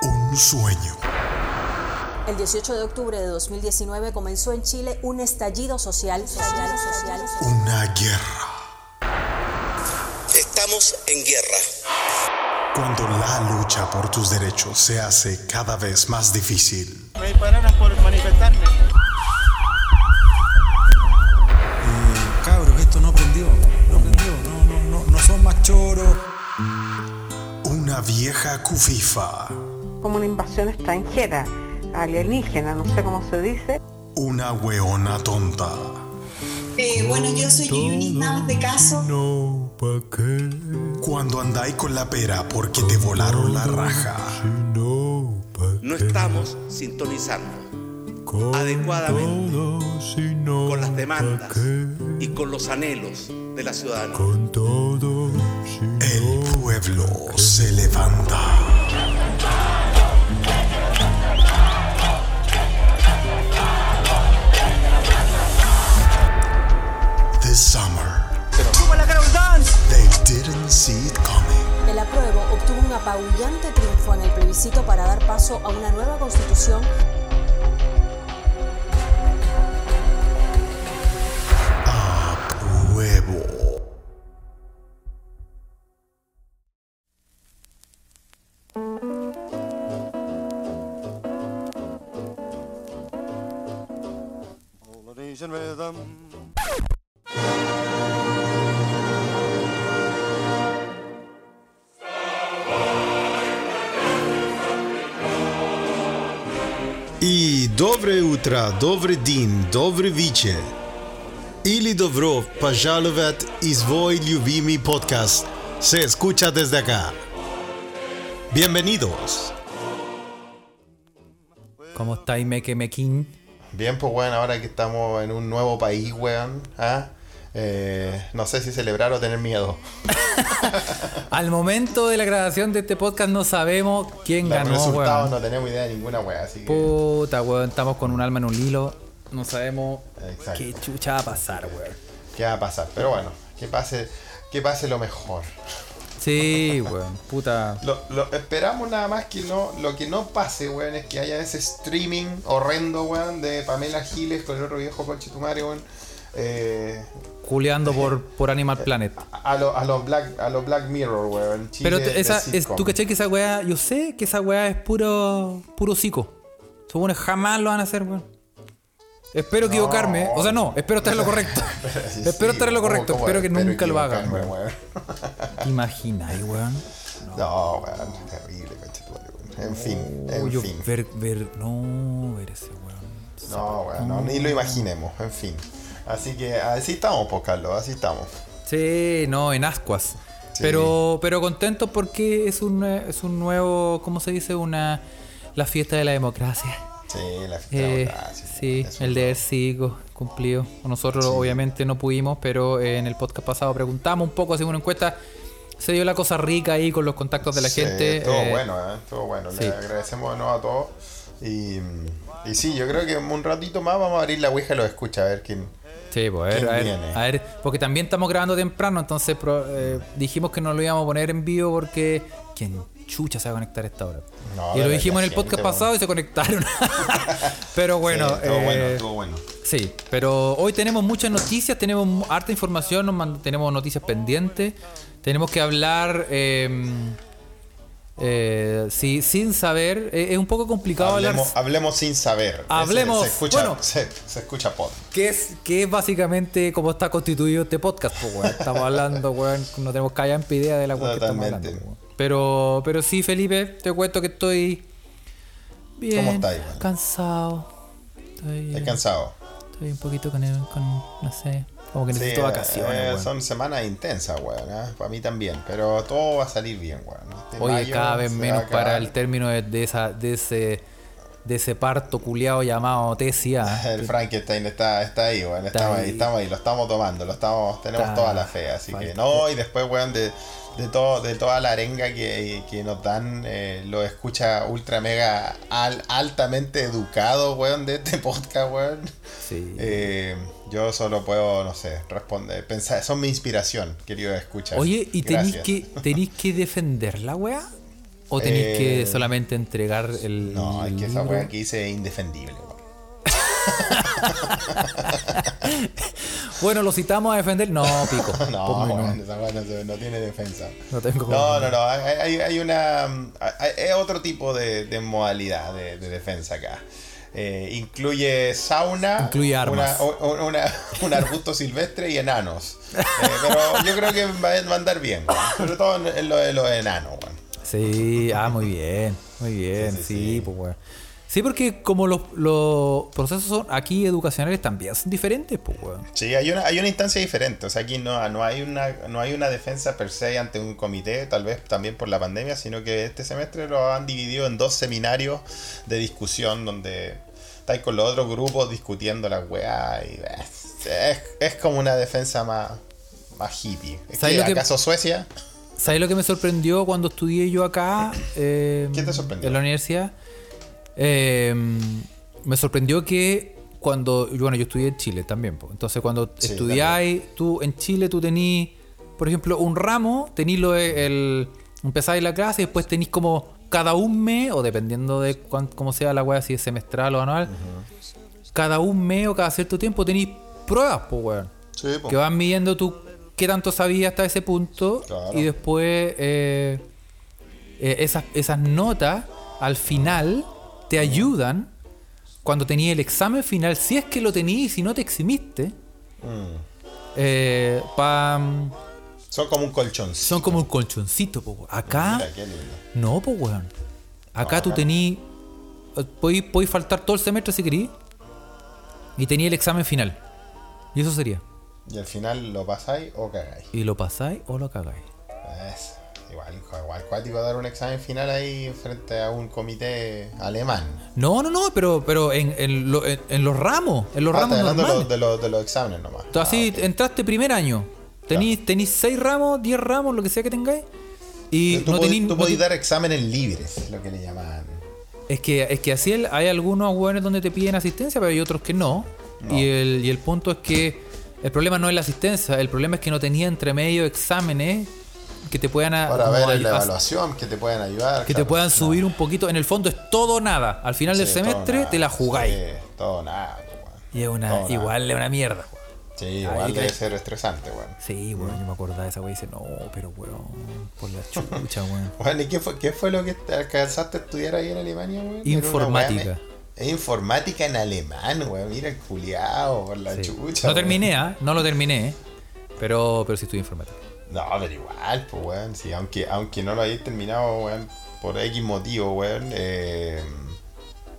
un sueño. El 18 de octubre de 2019 comenzó en Chile un estallido social. Una guerra. Estamos en guerra. Cuando la lucha por tus derechos se hace cada vez más difícil. Me dispararon por manifestarme. cabros, esto no prendió, no prendió, no, no, no, no son más choros. Una vieja cufifa. como una invasión extranjera, alienígena, no sé cómo se dice. Una weona tonta. Eh, bueno, yo soy Yuyunis Navas de Caso. No, ¿pa' qué? Cuando andáis con la pera porque te volaron la raja. No, ¿pa' No qué? estamos sintonizando Con adecuadamente todo, si no, con las ¿pa' demandas qué? y con los anhelos de la ciudadanía. Con todo, si El no, pueblo se levanta. This summer, they didn't see it coming. El apruebo obtuvo un apabullante triunfo en el plebiscito para dar paso a una nueva constitución Huevo. I dobre utra, dobre din, dobre viče. Ili dobro, pažalovat, izvoj ljubimi podcast. Se escucha desde acá. Bienvenidos. ¿Cómo estáis, Meque Mequín? Bien, pues weón, ahora que estamos en un nuevo país, weón. ¿ah? Eh, no sé si celebrar o tener miedo. Al momento de la grabación de este podcast no sabemos quién Los ganó, resultados weón. no tenemos idea de ninguna weón, así que. Puta, weón, estamos con un alma en un hilo. No sabemos Exacto. qué chucha va a pasar, weón. ¿Qué va a pasar? Pero bueno, que pase, que pase lo mejor. Sí, weón, puta. Lo, lo- esperamos nada más que no. Lo que no pase, weón, es que haya ese streaming horrendo, weón, de Pamela Giles con el otro viejo conchetumare, weón. Eh, Culeando por, por Animal Planet. a, a los a los Black, a los Black Mirror, weón. Chile Pero de esa, es, sitcom. tú cachai que esa weá, yo sé que esa weá es puro, puro psico. Supones jamás lo van a hacer, weón. Espero equivocarme, o sea, no, espero estar en lo correcto. Sí, espero sí, estar en lo ¿cómo- correcto, cómo espero que espero nunca lo hagan, equivocarme, weón. weón? Imagina, eh, weón. No, weón, terrible, conchetumare, weón. En fin, en Uy, yo fin. ver, ver, no, ver ese weón. No, weón, no, ni lo imaginemos, en fin. Así que así estamos, pues, Carlos, así estamos. Sí, no, en ascuas. Sí. Pero, pero contento porque es un, eh, es un nuevo, ¿cómo se dice? Una, la fiesta de la democracia. Sí, la fiesta Eh, democracia, sí, eso. el deber cívico cumplido. Nosotros obviamente no pudimos, pero eh, en el podcast pasado preguntamos un poco, hicimos una encuesta. Se dio la cosa rica ahí con los contactos de la Sí, gente. Estuvo eh, bueno, ¿eh? Estuvo bueno. sí. Le agradecemos de nuevo a todos. Y, y sí, yo creo que en un ratito más vamos a abrir la Ouija y lo escucha, a ver quién. Sí, pues a ver, ¿Quién a ver, viene? a ver, porque también estamos grabando temprano, entonces pro- eh, dijimos que no lo íbamos a poner en vivo porque quien chucha se va a conectar a esta hora. No, y pero lo la dijimos en el gente, podcast bueno. pasado y se conectaron. pero bueno, Sí, estuvo bueno, eh, estuvo bueno. sí, pero hoy tenemos muchas noticias, tenemos mu- harta información, nos mand- tenemos noticias pendientes, tenemos que hablar... eh, eh, sí, sin saber, eh, es un poco complicado hablar Hablemos, hablemos sin saber. Ese- Hablemos, Se escucha, bueno. se, se escucha pod. Que es, que es básicamente como está constituido este podcast, pues, weón. Estamos hablando, weón. No tenemos callampa idea de la weón que estamos Totalmente. hablando. weón. Pero, pero sí, Felipe, te cuento que estoy bien. ¿Cómo estáis, weón? Cansado. Estoy, Estoy cansado. estoy un poquito con, el- con, no sé, como que Sí, necesito eh, vacaciones, eh, weón. son semanas intensas, weón. ¿eh? Para mí también. Pero todo va a salir bien, weón. Este Oye, mayo cada vez se va a menos para acabar. el término de, de esa, de ese, de ese parto culiado llamado TCA. El Frankenstein está, está ahí, weón. Estamos ahí. ahí, estamos ahí, lo estamos tomando, lo estamos, tenemos Está- toda la fe, así que no, y después, weón, de, de todo, de toda la arenga que, que nos dan, eh, lo escucha ultra mega al- altamente educado, weón, de este podcast, weón. Sí. Eh, yo solo puedo, no sé, responder, pensar, son mi inspiración, querido escucha. Oye, ¿y tenéis Gracias. que, tenéis que defender la weá? ¿O tenéis que solamente entregar el.? Eh, No, es que esa libro? weá que hice es indefendible. weón. Bueno, lo citamos a defender. No, pico. No, Ponme, Pues no. weón, esa weá no, se- no tiene defensa. No tengo No, no, no. Hay, hay- hay una. mm, hay- Es otro tipo de, de modalidad de, de defensa acá. Eh, incluye sauna, Incluye armas. una- o- o- una- un arbusto silvestre y enanos. Eh, pero yo creo que va va a andar bien, weón. sobre todo en, en lo de los enanos. weón. Sí, ah, muy bien, muy bien, sí, Sí, sí, sí. pues bueno. Sí, porque como los, los procesos son aquí educacionales también son diferentes, pues bueno. Sí, hay una, hay una instancia diferente. O sea, aquí no, no, hay una, no hay una defensa per se ante un comité, tal vez también por la pandemia, sino que este semestre lo han dividido en dos seminarios de discusión donde estáis con los otros grupos discutiendo la weá. Y, eh, es, es como una defensa más, más hippie. Es ¿Sabes que, lo que- ¿Acaso Suecia? ¿Sabes lo que me sorprendió cuando estudié yo acá? eh, ¿Qué te sorprendió? En la universidad. Eh, me sorprendió que cuando. Bueno, yo estudié en Chile también, pues. Entonces, cuando Sí, estudiáis, tú en Chile tú tenís, por ejemplo, un ramo, tenís lo de- el. Empezáis la clase y después tenís como cada un mes, o dependiendo de cuán- cómo sea la weá, si es semestral o anual, cada un mes o cada cierto tiempo tenéis pruebas, pues, weón Sí, po. que van midiendo tú qué tanto sabías hasta ese punto Claro. y después eh, eh, esas, esas notas al final te ayudan cuando tenías el examen final, si es que lo tenías y si no te eximiste, Mm. eh, pa- Son como un colchón. son como un colchoncito. po, weón. Acá, Mira, qué lindo. no, pues weón. Acá No, tú acá no. tenías, podéis faltar todo el semestre si querís y tenías el examen final. Y eso sería. Y al final lo pasáis o cagáis. Y lo pasáis o lo cagáis. Es igual, igual cuático dar un examen final ahí frente a un comité alemán. No, no, no, pero, pero en, en, lo- en- en los ramos, en los Ah, ramos estás hablando de normales. los, de, los, de los exámenes nomás. Tú así Ah, ok. entraste primer año, tenís, tenís seis ramos, diez ramos, lo que sea que tengáis, y tú no podís- tenís... tú no podís te- dar exámenes libres, lo que le llamaban. es, que, es que así el- hay algunos hueones donde te piden asistencia, pero hay otros que no. No. Y, el, y el punto es que el problema no es la asistencia, el problema es que no tenía entre medio exámenes que te puedan... a- Para Ah, como ver a- la a- evaluación, que te puedan ayudar. Que te claro. puedan No, subir un poquito. En el fondo es todo o nada. Al final del sí, todo semestre nada, te la jugáis. sí, todo nada, pues, weón. Y es Todo una, nada. igual es una mierda. weón. Sí, igual Ahí debe te- ser estresante, weón. Sí, weón, yo me acordaba de esa weón y dice, no, pero weón, por la chucha, weón. Bueno, ¿y qué fue, qué fue lo que te alcanzaste a estudiar ahí en Alemania, weón? Era una Informática. weá me- Es informática en alemán, weón. Mira el culiao, por la Sí. chucha. no weón. terminé, ¿ah? No lo terminé, ¿eh? pero, pero sí estudié informática. No, pero igual, pues, weón. Sí, aunque, aunque no lo hayáis terminado, weón, por X motivo, weón. eh,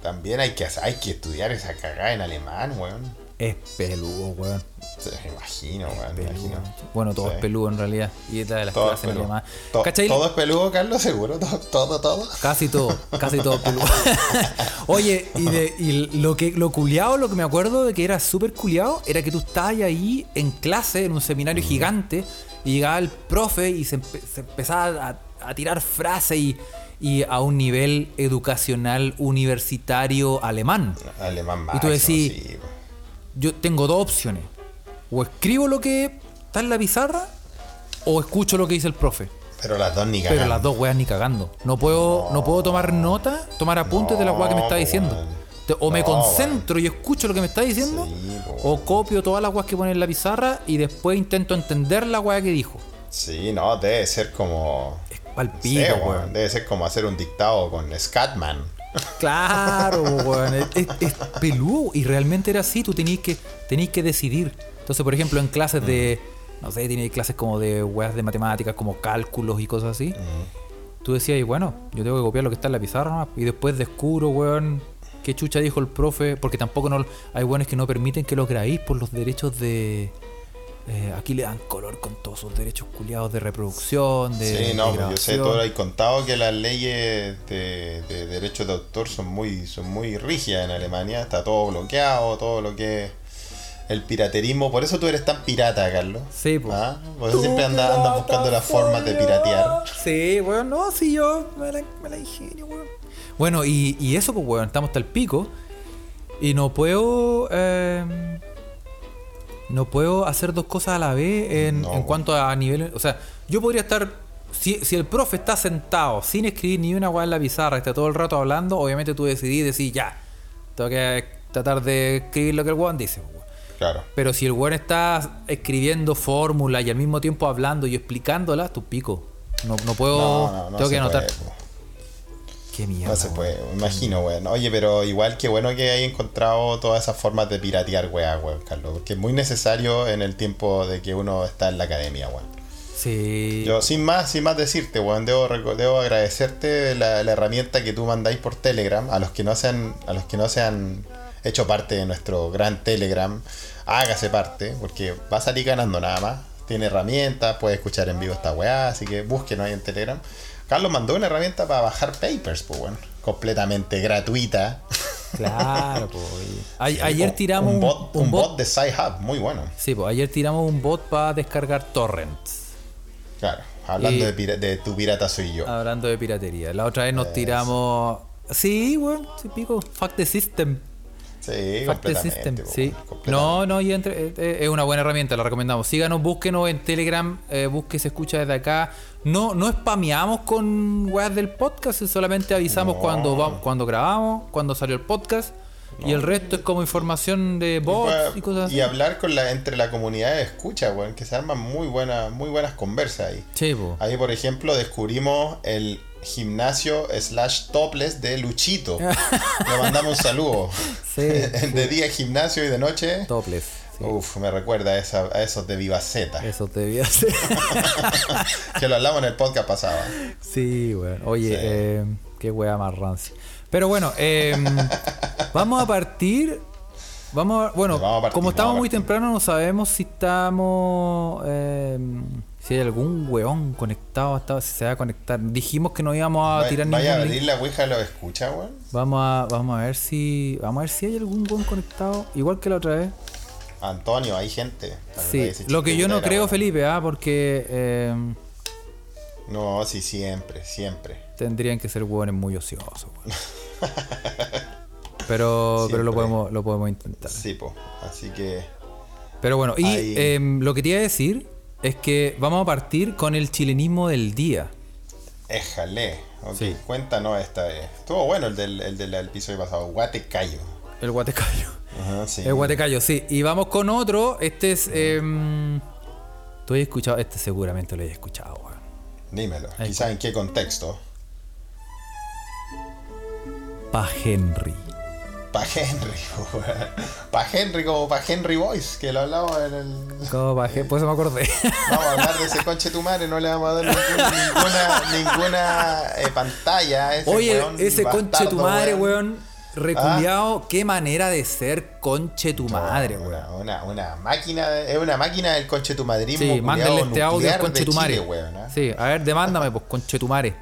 también hay que, hay que estudiar esa cagada en alemán, weón. Es peludo, weón. Se- Me imagino, weón, me Peludo. imagino. Bueno, todo Sí. es peludo en realidad. Y esta de las Todo es clases en peludo. alemán. To- ¿Cachai? Todo es peludo, Carlos, seguro. Todo, todo. todo. Casi todo, casi todo peludo. Oye, y, de, y lo que lo culiado, lo que me acuerdo de que era súper culiado, era que tú estabas ahí en clase, en un seminario gigante, y llegaba el profe y se, empe- se empezaba a, a tirar frases y, y a un nivel educacional universitario alemán. Alemán Y máximo, tú decís- sí, weón. Yo tengo dos opciones. O escribo lo que está en la pizarra, o escucho lo que dice el profe. Pero las dos ni Pero cagando. las dos weas ni cagando. No puedo, no, puedo tomar nota, tomar apuntes de la wea que me No, está diciendo. weón. Te- O me No, concentro y escucho lo que me está diciendo, Sí, po, o weón. copio todas las weas que pone en la pizarra y después intento entender la wea que dijo. Sí, no, debe ser como. no sé, Palpito, weón, weón. Debe ser como hacer un dictado con Scatman. Claro, weón. Es, es- es peludo. Y realmente era así. Tú tenías que, tenías que decidir. Entonces, por ejemplo, en clases de. No sé, tenías clases como de weas de matemáticas, como cálculos y cosas así. Tú decías, y bueno, yo tengo que copiar lo que está en la pizarra nomás. Y después descubro, weón, qué chucha dijo el profe. Porque tampoco no, hay weones que no permiten que los grabéis por los derechos de. eh, aquí le dan color con todos sus derechos culiados de reproducción, de. Sí, de no, pues yo sé, tú grabación. lo has contado que las leyes de, de derechos de autor son muy, son muy rígidas en Alemania, está todo bloqueado, todo lo que es el piraterismo, por eso tú eres tan pirata, Carlos. Sí, pues. ¿Ah? Por eso siempre andas andas buscando las formas de piratear. Sí, weón, no, sí, yo me la, me la ingenio, weón. Bueno, y, y eso, pues, weón, estamos hasta el pico. Y no puedo. eh, no puedo hacer dos cosas a la vez en, No, en weón. cuanto a niveles. O sea, yo podría estar si, si el profe está sentado sin escribir ni una hueá en la pizarra, está todo el rato hablando, obviamente tú decidís decir ya, tengo que tratar de escribir lo que el weón dice. po, weón. Claro. Pero si el weón está escribiendo fórmulas y al mismo tiempo hablando y explicándolas, tu pico. No, no puedo, tengo se que anotar. puede, pues. po. Qué mierda. No se puede, me imagino, weón. Oye, pero igual que bueno que hay encontrado todas esas formas de piratear, weón, weón, Carlos. Porque es muy necesario en el tiempo de que uno está en la academia, weón. Sí. Yo, sin más, sin más decirte, weón, debo, reco- debo agradecerte la, la herramienta que tú mandáis por Telegram. A los que no sean, a los que no sean hecho parte de nuestro gran Telegram, hágase parte, porque va a salir ganando nada más. Tiene herramientas, puede escuchar en vivo esta weá, así que búsquenos ahí en Telegram. Carlos mandó una herramienta para bajar papers, pues bueno, completamente gratuita. Claro, po, oye. A- ayer Un- tiramos un bot, un bot- bot de SciHub, muy bueno. Sí, pues ayer tiramos un bot para descargar torrents. Claro, hablando Y- de, pira- de tu pirata soy yo. Hablando de piratería. La otra vez nos tiramos. Sí, weón, sí, pico. Fuck the system. Sí, Fuck the completamente. system, po, sí. weón, completamente. No, no, y entre- eh, eh, es una buena herramienta, la recomendamos. Síganos, búsquenos en Telegram, eh, busque, se escucha desde acá. No, no spameamos con weas del podcast, solamente avisamos No. cuando vamos, cuando grabamos, cuando salió el podcast. Y el resto es como información de bots Bueno, y cosas así. y hablar con la, entre la comunidad de escucha, weón, que se arman muy buenas, muy buenas conversas ahí. Sí, po. Ahí, por ejemplo, descubrimos el gimnasio slash topless de Luchito. Le mandamos un saludo. Sí, de día gimnasio y de noche. Topless. sí. Uf, me recuerda a, esa- a esos de Vivaceta. Eso debía ser. que lo hablamos en el podcast pasado. Sí, bueno. Oye, Sí. eh, qué wea más rancia. Pero bueno, eh, vamos a partir. Vamos a- bueno, Vamos a partir, como estamos vamos a muy partir. temprano, no sabemos si estamos. eh, si hay algún weón conectado, hasta- si se va a conectar. Dijimos que no íbamos a Va- tirar Ah, ningún Vaya a link. abrir la Ouija lo escucha, weón. Vamos a, vamos a ver si. Vamos a ver si hay algún weón conectado. Igual que la otra vez. Antonio, hay gente. Sí. Lo que yo no creo, Felipe, ah, porque eh, No, sí, siempre, siempre. tendrían que ser hueones muy ociosos. weón. Pero, pero lo Siempre. podemos, lo podemos intentar. Sí, po. Así que. Pero bueno, y Ahí. em, lo que te iba a decir es que vamos a partir con el chilenismo del día. Éjale. Ok, Sí. cuéntanos esta vez. Estuvo bueno el del, el del episodio pasado. Guatecayo. El guatecayo. Ajá, sí. El guatecayo, sí. Y vamos con otro. Este es. em, tú has escuchado. Este seguramente lo hayas escuchado, weón. Dímelo. Ahí Quizás en qué contexto. Pa Henry. Pa' Henry, Pa' Henry como Pa' Henry Boys, que lo hablamos en el. ¿Cómo pa Hen- Por eso me acordé. Vamos a hablar de ese conche tu madre, no le vamos a dar ningún- ninguna, ninguna eh, pantalla a ese Oye, weón ese conche tu bastardo, Ah. madre, weón. Reculeado, qué manera de ser conche tu madre, weón. Una, una, una máquina, de- es una máquina del conche tu madrismo. Sí, culiao mándale este audio al nuclear de conchetumare. Chile, weón, ¿ah? Sí, a ver, demándame, pues, conchetumare.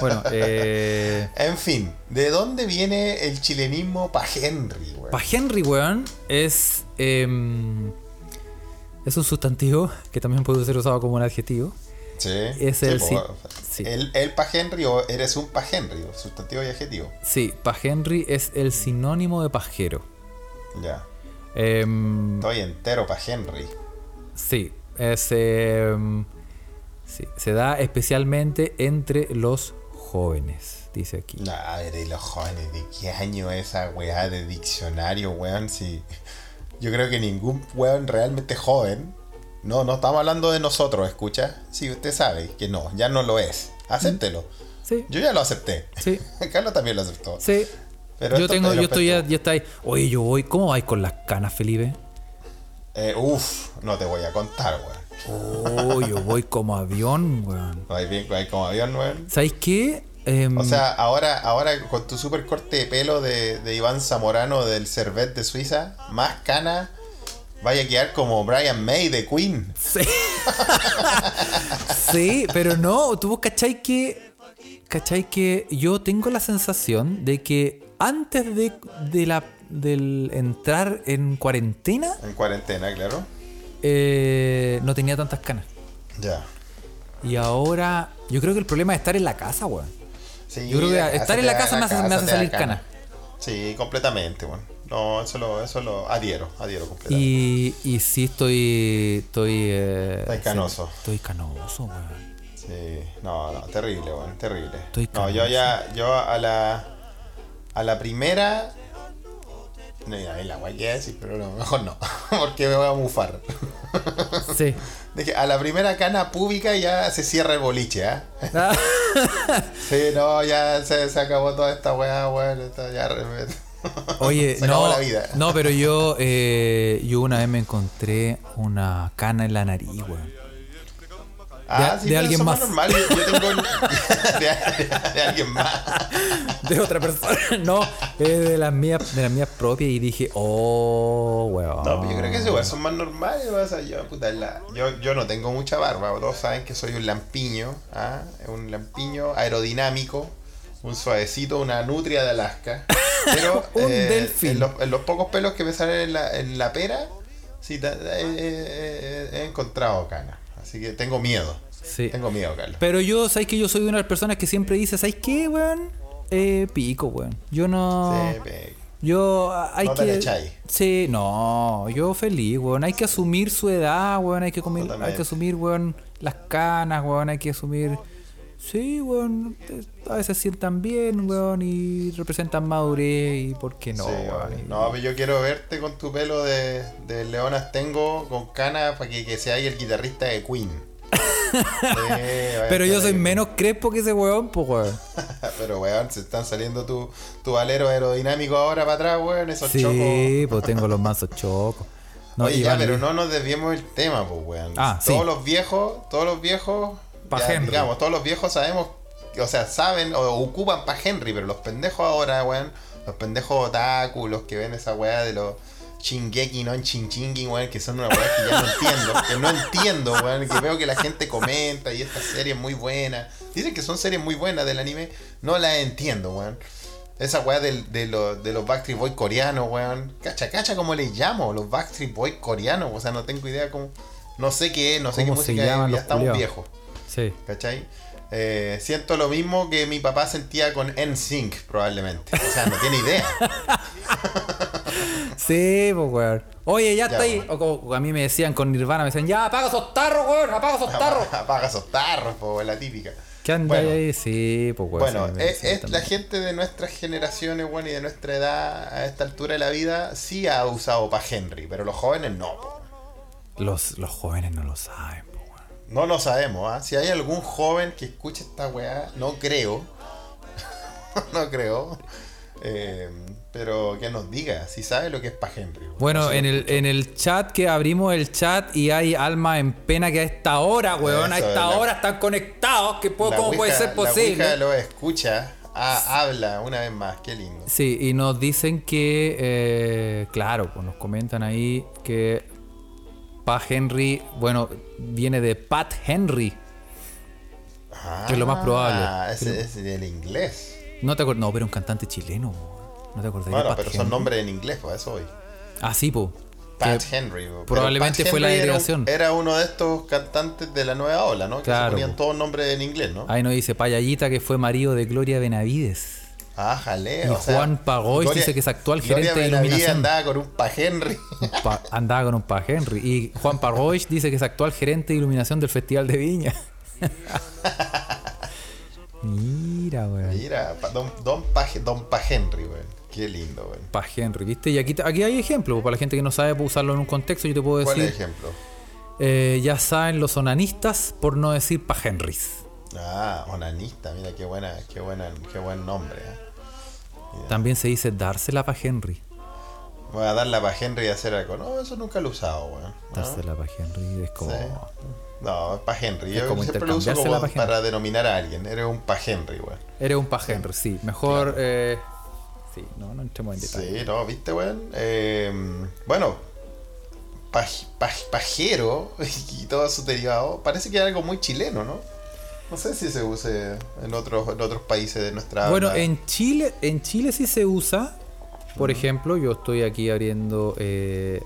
Bueno, eh, En fin, ¿de dónde viene el chilenismo pa' Henry, weón? pa' Henry, weón, es. em, es un sustantivo que también puede ser usado como un adjetivo. Sí, Es sí, el po, sí- weón. sí. ¿El, el pa' Henry o eres un pa' Henry? Sustantivo y adjetivo. Sí, pa' Henry es el sinónimo de pajero. Ya. Em, Estoy entero pa' Henry. sí, es. em, sí, se da especialmente entre los jóvenes, dice aquí. No, a ver, y los jóvenes, ¿de qué año esa weá de diccionario, weón? Si yo creo que ningún weón realmente joven. No, no estamos hablando de nosotros, escucha. Si usted sabe que no, ya no lo es. Acéptelo. Sí, Yo ya lo acepté. Mm. sí, Carlos también lo aceptó. sí. Pero yo esto tengo, te lo yo estoy ya, respeto. ya está ahí. Oye, yo voy, ¿cómo vais con las canas, Felipe? Eh, uf, no te voy a contar, weón. Oh, yo voy como avión, weón. Ahí bien, ahí como avión, weón. ¿Sabéis qué? Em, O sea, ahora, ahora con tu super corte de pelo de, de Iván Zamorano del Servet de Suiza, más cana, vaya a quedar como Brian May de Queen. sí. Sí, pero no, tú vos cacháis que. ¿Cacháis que yo tengo la sensación de que antes de, de la, del entrar en cuarentena En cuarentena, claro. eh, no tenía tantas canas? Ya. Y ahora yo creo que el problema es estar en la casa, weón. Sí, Yo creo que la casa estar en te la da- casa me hace- me hace te da salir cana. Sí, completamente, bueno. No, eso lo, eso lo adhiero, adhiero completamente. Y, y sí estoy. Estoy. eh, Estás canoso. Estoy canoso, weón. Sí, Sí, no, no, terrible, bueno, terrible. Estoy no, yo cansado. ya, yo a la, a la primera, no, ya, la voy a decir, pero no, mejor no, porque me voy a bufar. Sí. Dije, a la primera cana pública ya se cierra el boliche, ¿ah? sí, no, ya se, se acabó toda esta weá, weón, esta- ya... re- Oye, Se acabó no, la vida. no, pero yo, eh, yo una vez me encontré una cana en la nariz, weón. Ah, de sí, pero alguien eso es más. normal, yo, yo tengo... de, de- de alguien más. De otra persona, no, es de las mías, de las mías propias y dije, oh, weón. No, pero yo creo que eso igual son más normales, o sea, yo, puta, la- yo, yo no tengo mucha barba, todos saben que soy un lampiño, ¿ah? un lampiño aerodinámico, un suavecito, una nutria de Alaska. Pero Un eh, delfín. En, los, en los pocos pelos que me salen en la, en la pera, sí, ta- eh, eh, eh, he encontrado canas. Así que tengo miedo. Sí. Tengo miedo, Carlos. Pero yo, ¿sabes que Yo soy una de las personas que siempre dice, ¿sabes qué, weón? Eh, pico, weón. Yo no... Sí, pe- Yo a- hay No te que. le echáis. Sí, no, yo feliz, weón. Hay que asumir su edad, weón. Hay que, comer- hay Totalmente. que asumir, weón, las canas, weón. Hay que asumir. Sí, weón. te- A veces sientan bien, weón, y representan madurez, y por qué no, Sí, weón. vale. Y- No, pero yo quiero verte con tu pelo de, de Leonas Tengo con cana para que, que seas el guitarrista de Queen. Sí, vaya Pero yo soy a estar ahí. menos crespo que ese weón, pues, weón. Pero weón, se están saliendo tu, tu alero aerodinámico ahora para atrás, weón, esos chocos. Sí, pues tengo los mazos chocos. Oye, y ya, vale. pero no nos desviemos del tema, pues weón. Ah, sí. todos los viejos, todos los viejos, Pa' ya, Henry. digamos, todos los viejos sabemos, o sea, saben o ocupan para Henry, pero los pendejos ahora, weón, los pendejos otaku, los que ven esa weá de los chingeki, no en chinchingi, weón, que son una weá que ya no entiendo, que no entiendo, weón, que veo que la gente comenta y esta serie es muy buena. Dicen que son series muy buenas del anime, no las entiendo, weón. Esa weá del- de, los- de los Backstreet Boys coreanos, weón. Cacha, cacha, ¿cómo les llamo? Los Backstreet Boys coreanos. O sea, no tengo idea cómo... No sé qué es, no sé qué ¿Cómo se música es. llaman Ya los estamos culiaos? viejos, Sí. ¿cachai? Eh, siento lo mismo que mi papá sentía con NSYNC, probablemente. O sea, no tiene idea. Sí, pues, weón. Oye, ya, Ya, está ahí. O como a mí me decían con Nirvana, me decían, ya, apaga esos tarros, weón, apaga esos tarros. Apaga esos tarros, po, la típica. ¿Qué anda Bueno. ahí? Sí, pues, weón. Bueno, sí, me es, decían es la también. gente de nuestras generaciones, bueno, y de nuestra edad, a esta altura de la vida, sí ha usado pa' Henry, pero los jóvenes no, po. Los, los jóvenes no lo saben, pues, weón. No lo sabemos, ¿ah? Si hay algún joven que escuche esta weá, no creo. no creo. Eh, pero que nos diga si sabe lo que es pa' Henry. Bueno, en el, en el chat que abrimos el chat y hay alma en pena que a esta hora, weón, a Eso, esta la- hora están conectados. que puedo, La ¿Cómo ouija- puede ser La ouija posible? lo escucha, ah, habla una vez más, qué lindo. Sí, y nos dicen que, eh, claro, pues nos comentan ahí que Pa Henry, bueno, viene de Pat Henry. Ah, Es lo más probable. Ese es del inglés. No te acor- no, pero un cantante chileno. weón. No te acordás de Bueno, Pat pero Henry? son nombres en inglés, pues eso hoy. Ah, sí, po. Pat Que- Henry. pero probablemente Pat fue la Henry era un- derivación. Era, uno de estos cantantes de la nueva ola, ¿no? Que Claro, se ponían po. todos nombres en inglés, ¿no? Ahí nos dice Payallita que fue marido de Gloria Benavides. Ah, jaleo. Y o sea, Juan Pagoy dice que es actual gerente de Benavides iluminación. andaba con un pa Henry. Pa- andaba con un Pa Henry. Y Juan Parroy dice que es actual gerente de iluminación del Festival de Viña. Mira, weón. Mira, pa- don, don, pa, don pa Henry, weón. Qué lindo, weón. Pa Henry, ¿viste? Y aquí, te- aquí hay ejemplos. Para la gente que no sabe usarlo en un contexto, yo te puedo ¿Cuál es el decir. ejemplo? eh, ya saben los onanistas, por no decir Pa Henrys. Ah, onanista, mira qué buena, qué buena, qué buen nombre. ¿eh? También se dice dársela Pa Henry. Voy a darla pa Henry y hacer algo. No, eso nunca lo he usado, weón. ¿no? Dársela Pa Henry es como. Ah. Sí. No, pa Henry. Es Yo como siempre lo uso intercambiársela como pa' Henry. para denominar a alguien. Eres un pa Henry, weón. Eres un Pa Henry, sí. Mejor. eh, sí, no, no entremos en detalle. Sí, no, viste, weón. Eh, bueno, paj- paj- pajero y todo su derivado parece que es algo muy chileno, ¿no? No sé si se use en otros, en otros países de nuestra. Bueno, habla. en Chile, en Chile sí se usa. Por ejemplo, yo estoy aquí abriendo eh,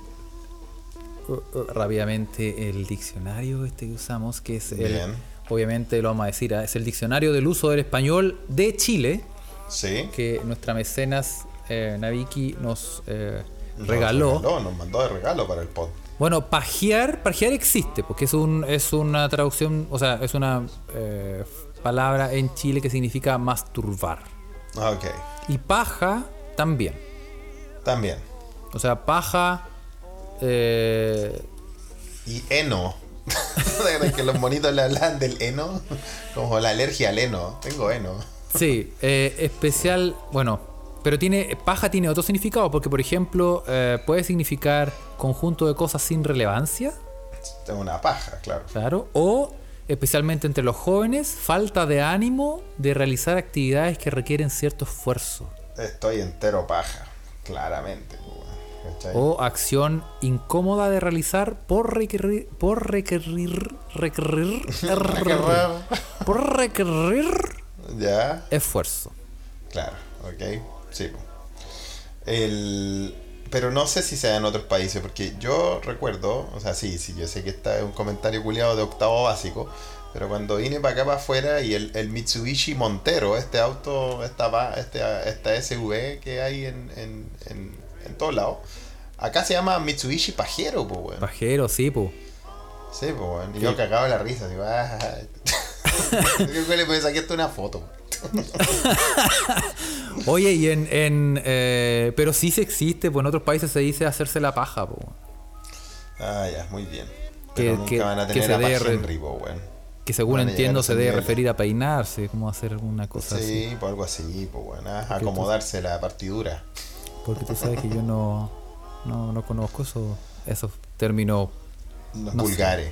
uh, uh, rápidamente el diccionario este que usamos, que es el, Bien. obviamente lo vamos a decir, ah, es el diccionario del uso del español de Chile, Sí. que nuestra mecenas eh, Naviki nos eh, Nos regaló. Nos mandó de regalo para el pod. Bueno, pajear, pajear existe, porque es, un, es una traducción, o sea, es una eh, palabra en Chile que significa masturbar. Ah, ok. Y paja también. También. O sea, paja. eh, Y heno. que los monitos le hablan del heno. Como la alergia al heno. Tengo heno. sí, eh, especial. Bueno, pero tiene paja tiene otro significado, porque por ejemplo, eh, puede significar conjunto de cosas sin relevancia. Tengo una paja, claro. Claro. O, especialmente entre los jóvenes, falta de ánimo de realizar actividades que requieren cierto esfuerzo. Estoy entero paja. Claramente. pues, weón, ¿cachai? O acción incómoda de realizar por requerir. Por requerir. Requerir. Requerrar. por requerir Ya. esfuerzo. Claro, ok. Sí. po. El... Pero no sé si sea en otros países, porque yo recuerdo, o sea, sí, sí, yo sé que está es un comentario culiado de octavo básico, pero cuando vine para acá para afuera y el, el Mitsubishi Montero, este auto, esta, va- este, esta SUV que hay en, en, en, en todos lados, acá se llama Mitsubishi Pajero, pues, weón. Pajero, sí, po. Sí, pues, weón. Y yo cagaba la risa, digo, ah. Yo le me saqué hasta una foto. Oye, y en. en, eh, pero sí se existe, pues en otros países se dice hacerse la paja, po. Ah, ya, muy bien. Que- Pero nunca que- van a que tener se a dé Pac re- Henry, po, weón. Que según Van a llegar a entiendo ese se debe nivel. referir a peinarse, como hacer alguna cosa así. Sí, pues algo así, pues weón. ah, acomodarse la partidura. Porque tú sabes que yo no, no, no conozco eso- esos términos. Los no sé. vulgares.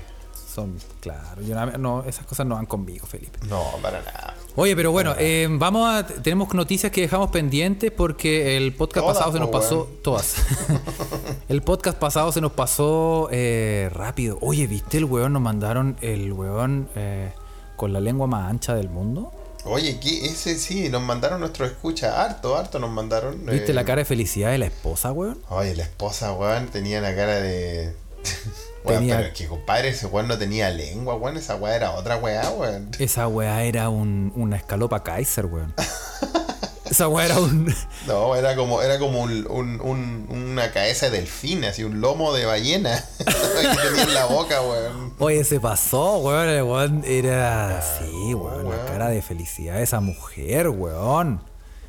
Son, claro, yo no- no, esas cosas no van conmigo, Felipe. No, para nada. Oye, pero bueno, eh, vamos a. Tenemos noticias que dejamos pendientes porque el podcast Todas, pasado se nos po, pasó. weón. Todas. el podcast pasado se nos pasó eh, rápido. Oye, ¿viste el weón? Nos mandaron el weón eh, con la lengua más ancha del mundo. Oye, ¿qué? ese sí, nos mandaron nuestros escuchas. Harto, harto nos mandaron. ¿Viste eh, la cara de felicidad de la esposa, weón? Oye, la esposa, weón, tenía la cara de. Weón, Tenía- pero es que compadre, ese weón no tenía lengua, weón. Esa weón era otra weá, weón. Esa weá era un- una escalopa Kaiser, weón. Esa weá era un. No, era como, era como un- un- un- una cabeza de delfín, así un lomo de ballena que tenía en la boca, weón. Oye, se pasó, weón. El weón era. Sí, weón. La Ah, weón. cara de felicidad de esa mujer, weón.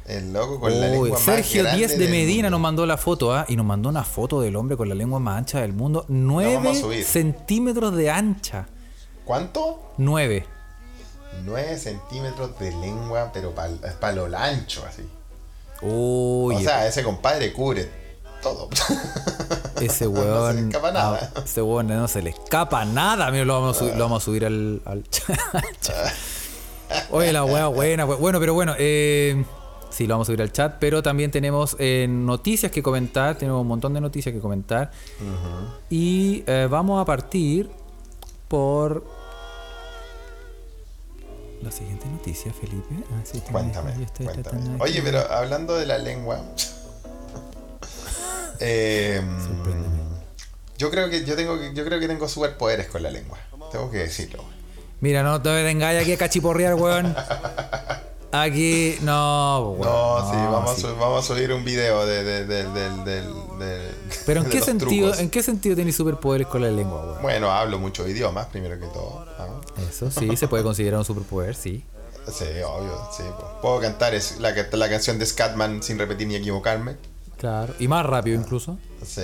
El loco con la Uy, lengua más Sergio grande Díez de del Medina mundo. nos mandó la foto, ¿ah? Y nos mandó una foto del hombre con la lengua más ancha del mundo. vamos a 9 subir. centímetros de ancha. ¿Cuánto? 9. 9 centímetros de lengua, pero para lo lancho, así. Oye, O sea, ese compadre cubre todo. ese no se le weón. escapa nada. ah, ese weón no se le escapa nada. Mira, lo vamos a, subir- lo vamos a subir al. al chat. Oye, la weá buena. we- Bueno, pero bueno. eh, sí, lo vamos a subir al chat. Pero también tenemos eh, noticias que comentar. Tenemos un montón de noticias que comentar. Y eh, vamos a partir por la siguiente noticia, Felipe. Ah, sí, está- Cuéntame, yo estoy cuéntame. tratando de- Oye, pero hablando de la lengua. eh, yo creo que yo tengo que- yo creo que tengo superpoderes con la lengua. Tengo que decirlo. Mira, no te vengáis aquí a cachiporrear, weón. Aquí, no, weón, No, sí, no, vamos, Ah, sí. A, su- vamos a subir un video de, de- de- del- del- del- Pero en de qué los sentido, trucos. ¿en qué sentido tenéis superpoderes con la lengua, weón? Bueno, hablo muchos idiomas, primero que todo. ¿no? Eso sí, se puede considerar un superpoder, sí. Sí, obvio, sí. po. Puedo cantar es la, ca- la canción de Scatman sin repetir ni equivocarme. Claro. Y más rápido incluso. Sí.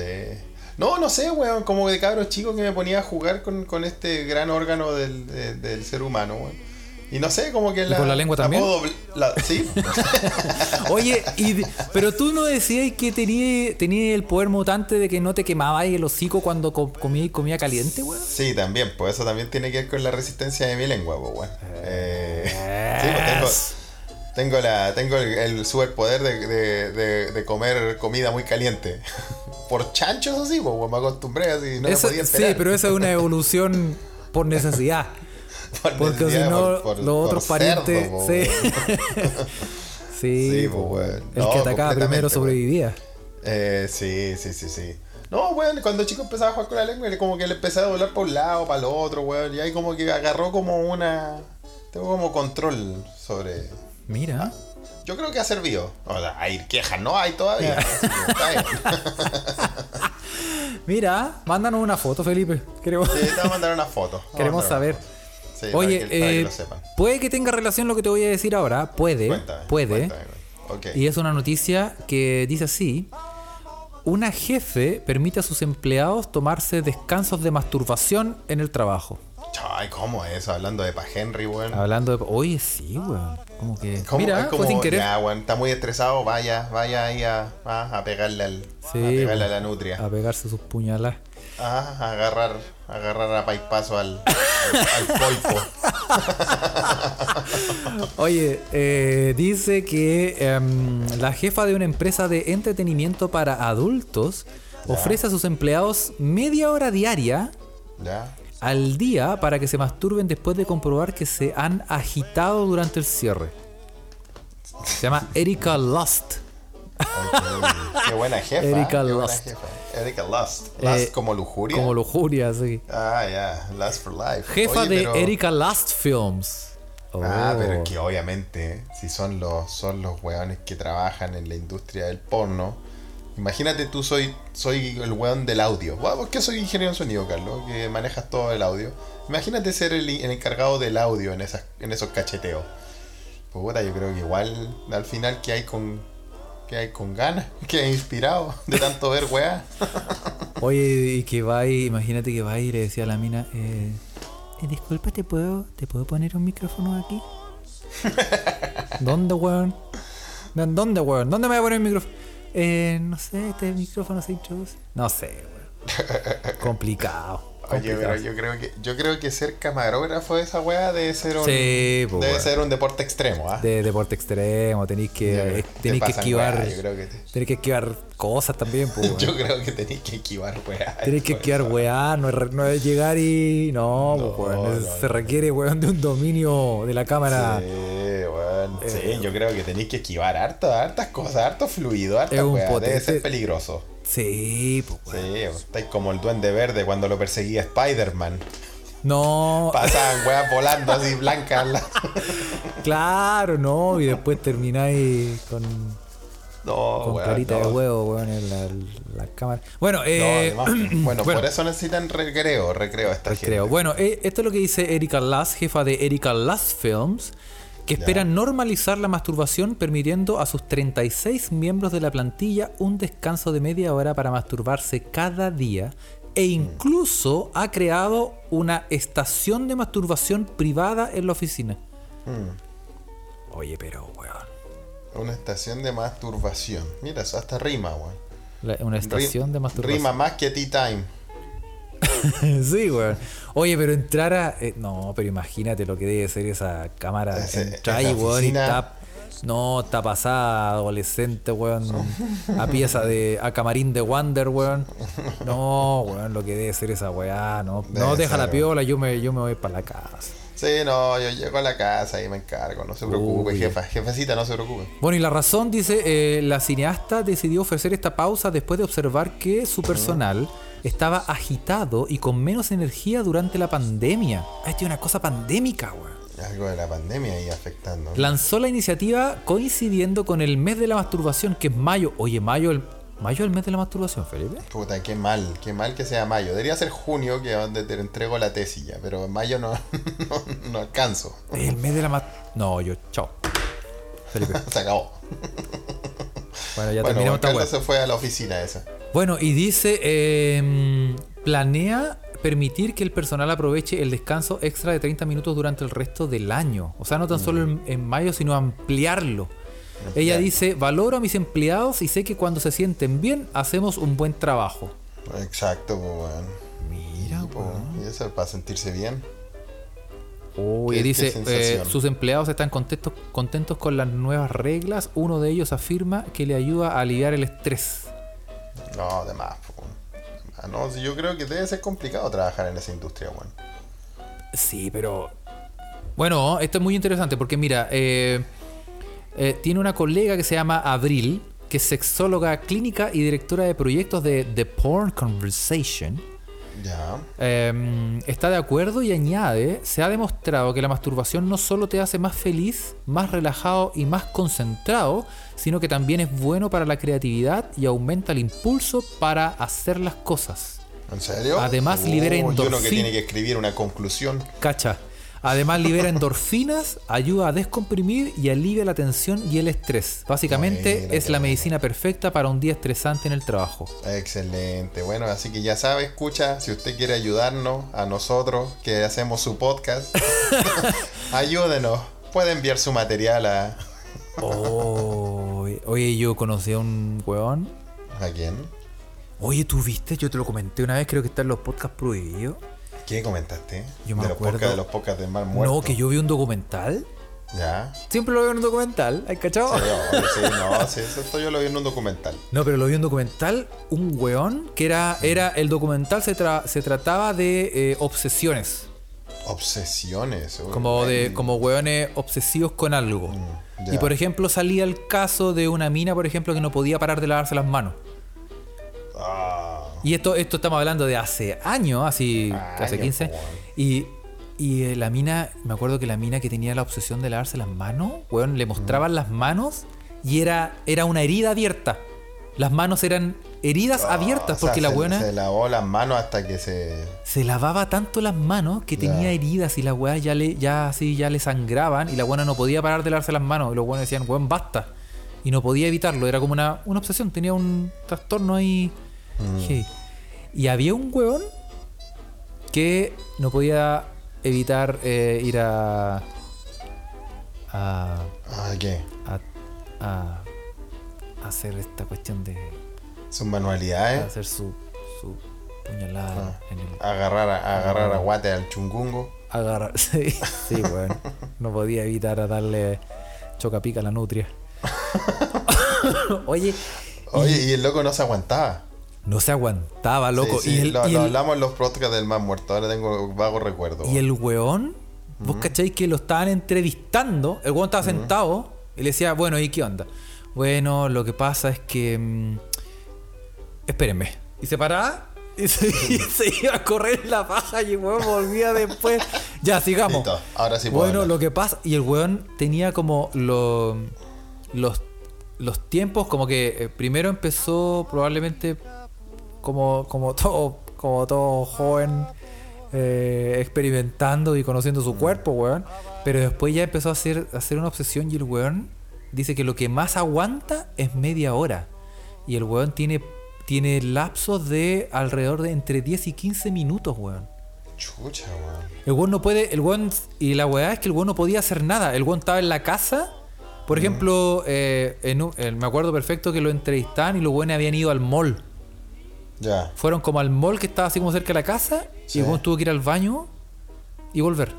No, no sé, weón, como de cabros chico que me ponía a jugar con, con este gran órgano del, de- del ser humano, weón. Y no sé, como que la... con la lengua también? puedo dobl- la- sí. Oye, y de- pero tú no decías que tenía, tenía el poder mutante de que no te quemabas el hocico cuando co- comía comía caliente, weón. sí, también, pues eso también tiene que ver con la resistencia de mi lengua, po, weón. Eh, sí, pues, tengo- tengo, la, tengo el, el superpoder de, de- de- de comer comida muy caliente. Por chanchos así, po, pues, weón, me acostumbré así, no me Esa- podía sí, esperar. pero esa es una evolución por necesidad. Porque si necesidad, no, por- por- los por otros cerdo, parientes. po, sí. weón. sí, Sí, po, po, weón. El No, que atacaba completamente, primero weón. sobrevivía. Eh, sí, sí, sí, sí. No, weón, cuando chico empezaba a jugar con la lengua, era como que le empezaba a volar para un lado, para el otro, weón. Y ahí como que agarró como una. Tengo como control sobre. Mira. Yo creo que ha servido. O sea, hay quejas, no hay todavía. Así que está bien. Mira, mándanos una foto, Felipe. Queremos, Sí, te voy a mandar una foto. Vamos a queremos mandar saber. una foto. Sí, para Oye, que- para que eh, lo sepan. puede que tenga relación lo que te voy a decir ahora. Puede, Cuéntame, puede. cuéntame, cuéntame. Ok. Y es una noticia que dice así. Una jefe permite a sus empleados tomarse descansos de masturbación en el trabajo. Ay, ¿cómo es eso? Hablando de Pa Henry, weón. Hablando de... Oye, sí, weón. Como que... ¿Cómo? Mira, es como, fue sin querer. Ya, weón, está muy estresado, vaya, vaya ahí a, a, a pegarle al, Sí, a pegarle a weón. Ah. la nutria. A pegarse sus puñalas. Ah, a agarrar, a agarrar a paipazo al, al, al polpo. Oye, eh, dice que em, la jefa de una empresa de entretenimiento para adultos ofrece a sus empleados media hora diaria Ya. al día para que se masturben después de comprobar que se han agitado durante el cierre. Se llama Erika Lust. Qué buena jefa. Erika qué buena Lust. jefa. Erika Lust. Lust Eh, como lujuria. Como lujuria, sí. Ah, ya. Lust for life. Jefa Oye, de pero- Erika Lust Films. Ah, Oh. pero que obviamente, si son los, son los weones que trabajan en la industria del porno. Imagínate tú soy, soy el weón del audio. Guau, ¿Por qué soy ingeniero en sonido, Carlos? Que manejas todo el audio. Imagínate ser el, el encargado del audio en, esas, en esos cacheteos. Pues puta, yo creo que igual al final que hay con. que hay con ganas, que hay inspirado de tanto ver weá. Oye, y que va y, imagínate que va y le decía a la mina, eh, eh, disculpa, ¿te puedo, ¿te puedo poner un micrófono aquí? ¿Dónde, weón? No, ¿Dónde, weón? ¿Dónde me voy a poner el micrófono? Eh, no sé, este micrófono se introduce. No sé, weón. Complicado. Oye, complicado. pero yo creo que, yo creo que ser camarógrafo de esa weá debe ser un, Sí, pues, debe weón. ser un deporte extremo, ¿ah? De deporte extremo, tenéis que, Te tenéis que pasan esquivar. weá, yo creo que te- Tenéis que esquivar cosas también, pues. weón. yo creo que tenéis que esquivar, weá. Tienes que esquiar, weá, no es, re- no es llegar y. No, No, pues, weón, es- no, se requiere, weón, de un dominio de la cámara. Sí, weón. Eh, Sí, yo creo que tenéis que esquivar harto, hartas cosas, harto fluido, hartas Es un weá. Debe potente- ser peligroso. Sí, pues, weón. Sí, estáis como el duende verde cuando lo perseguía Spider-Man. No, Pasaban weas volando así blancas. la- claro, no, y después termináis con, No, con weón, carita de no. huevo, weón, en la, la cámara. Bueno, No, eh. además, bueno, por eso necesitan recreo, recreo esta Creo. Bueno, eh, esto es lo que dice Erika Lass, jefa de Erika Lass Films, que espera normalizar la masturbación permitiendo a sus 36 miembros de la plantilla un descanso de media hora para masturbarse cada día e incluso ha creado una estación de masturbación privada en la oficina. Oye, pero, weón. gente. Una estación de masturbación. Mira, eso hasta rima, weón. La- Una estación Ri- de masturbación. Rima más que tea time. sí, weón. Oye, pero entrar a. eh, no, pero imagínate lo que debe ser esa cámara. Ese- Entra esa ahí, weón, y oficina. está. No, está pasada, adolescente, weón. A pieza de. a camarín de Wander, weón. No, weón, lo que debe ser esa weá. No, Debe no deja ser, la weón. piola, yo me, yo me voy para la casa. Sí, no, yo llego a la casa y me encargo, no se preocupe, Uy. jefa, jefecita, no se preocupe. Bueno, y la razón, dice, eh, la cineasta decidió ofrecer esta pausa después de observar que su personal estaba agitado y con menos energía durante la pandemia. Ah, Esto es una cosa pandémica, weón. Algo de la pandemia ahí afectando. Lanzó la iniciativa coincidiendo con el mes de la masturbación, que es mayo. Oye, mayo el mayo es el mes de la masturbación, Felipe. Puta, qué mal, qué mal que sea mayo. Debería ser junio que es donde te entrego la tesis ya, pero en mayo no, no, no alcanzo. Es El mes de la mas- No, yo, chao. Se acabó. Bueno, ya bueno, terminamos esta Juan Carlos web. se fue a la oficina esa. Bueno, y dice, eh, planea permitir que el personal aproveche el descanso extra de 30 minutos durante el resto del año. O sea, no tan Mm. solo en, en mayo, sino ampliarlo. Ella dice, valoro a mis empleados y sé que cuando se sienten bien, hacemos un buen trabajo. Exacto, pues bueno. Mira, Y eso es para sentirse bien. Uy, Qué- dice, qué sensación. eh, sus empleados están contentos, contentos con las nuevas reglas. Uno de ellos afirma que le ayuda a aliviar el estrés. No, además, pues bueno. Ah, No, sí, yo creo que debe ser complicado trabajar en esa industria, bueno. Sí, pero... Bueno, esto es muy interesante porque mira, eh, eh, tiene una colega que se llama Abril, que es sexóloga clínica y directora de proyectos de The Porn Conversation. Ya. Eh, está de acuerdo y añade, se ha demostrado que la masturbación no solo te hace más feliz, más relajado y más concentrado, sino que también es bueno para la creatividad y aumenta el impulso para hacer las cosas. ¿En serio? Además, Oh, libera y uno que endorfina. tiene que escribir una conclusión. Cacha. Además libera endorfinas, ayuda a descomprimir y alivia la tensión y el estrés. Básicamente Buena, es la medicina perfecta para un día estresante en el trabajo. Ah, Excelente. Bueno, así que ya sabe, escucha, si usted quiere ayudarnos, a nosotros que hacemos su podcast, ayúdenos. Puede enviar su material a. Oh, oye, yo conocí a un weón. ¿A quién? Oye, ¿tú viste? Yo te lo comenté una vez, creo que está en los podcasts prohibidos. ¿Qué comentaste? Yo me de los acuerdo- podcasts de los podcasts del Mar Muerto. No, que yo vi un documental. Ya. Siempre lo veo en un documental, ¿hay cachado? Sí, obvio, sí, no, sí, eso- esto yo lo vi en un documental. No, pero lo vi en un documental, un weón, que era, era el documental se, tra- se trataba de eh, obsesiones. Obsesiones. uy, Como de man. como hueones obsesivos con algo. Mm, ya. Y por ejemplo salía el caso de una mina, por ejemplo, que no podía parar de lavarse las manos. Ah, Y esto, esto estamos hablando de hace años, así, hace Años, 15. po, weón. Y, y eh, la mina, me acuerdo que la mina que tenía la obsesión de lavarse las manos, weón, le mostraban las manos y era, era una herida abierta. Las manos eran heridas abiertas Ah, o sea, porque la se- buena Se lavó las manos hasta que se. se lavaba tanto las manos que tenía Ya. heridas y las weas ya le, ya así, ya le sangraban y la buena no podía parar de lavarse las manos. Y los buenos decían, weón, basta. Y no podía evitarlo, era como una, una obsesión, tenía un trastorno ahí. heavy. Y había un weón que no podía evitar eh, ir a. a. Ah, ¿qué? a. a hacer esta cuestión de Sus manualidades. Ah. hacer su, su puñalada en el Agarrar a, agarrar a guate al chungungo. agarrar. Sí, sí, weón. No podía evitar a darle chocapica a la nutria. Oye, Oye, y el loco no se aguantaba. no se aguantaba, loco. Sí, sí, y, el, lo, y lo el- hablamos en los podcasts del más muerto. Ahora tengo vago recuerdo. y el weón, Mm. vos cacháis que lo estaban entrevistando. El weón estaba sentado y le decía, bueno, ¿y qué onda? Bueno, lo que pasa es que. mm, espérenme. Y se paraba. Y se, y Mm. se iba a correr la paja y el weón volvía después. Ya, sigamos. Listo, ahora sí puedo Bueno, hablar. lo que pasa. Y el weón tenía como lo- los, los tiempos, como que eh, primero empezó probablemente como, como todo, como todo joven, eh, experimentando y conociendo su cuerpo, weón. Pero después ya empezó a hacer, a hacer una obsesión y el weón dice que lo que más aguanta es media hora. Y el weón tiene, tiene lapsos de alrededor de entre 10 y 15 minutos, weón. Chucha, weón. El weón no puede, el weón, y la weá es que el weón no podía hacer nada. El weón estaba en la casa. Por ejemplo, eh, en un- eh, me acuerdo perfecto que lo entrevistaban y los weones habían ido al mall Ya. fueron como al mall que estaba así como cerca de la casa Sí. y el weón tuvo que ir al baño y volver.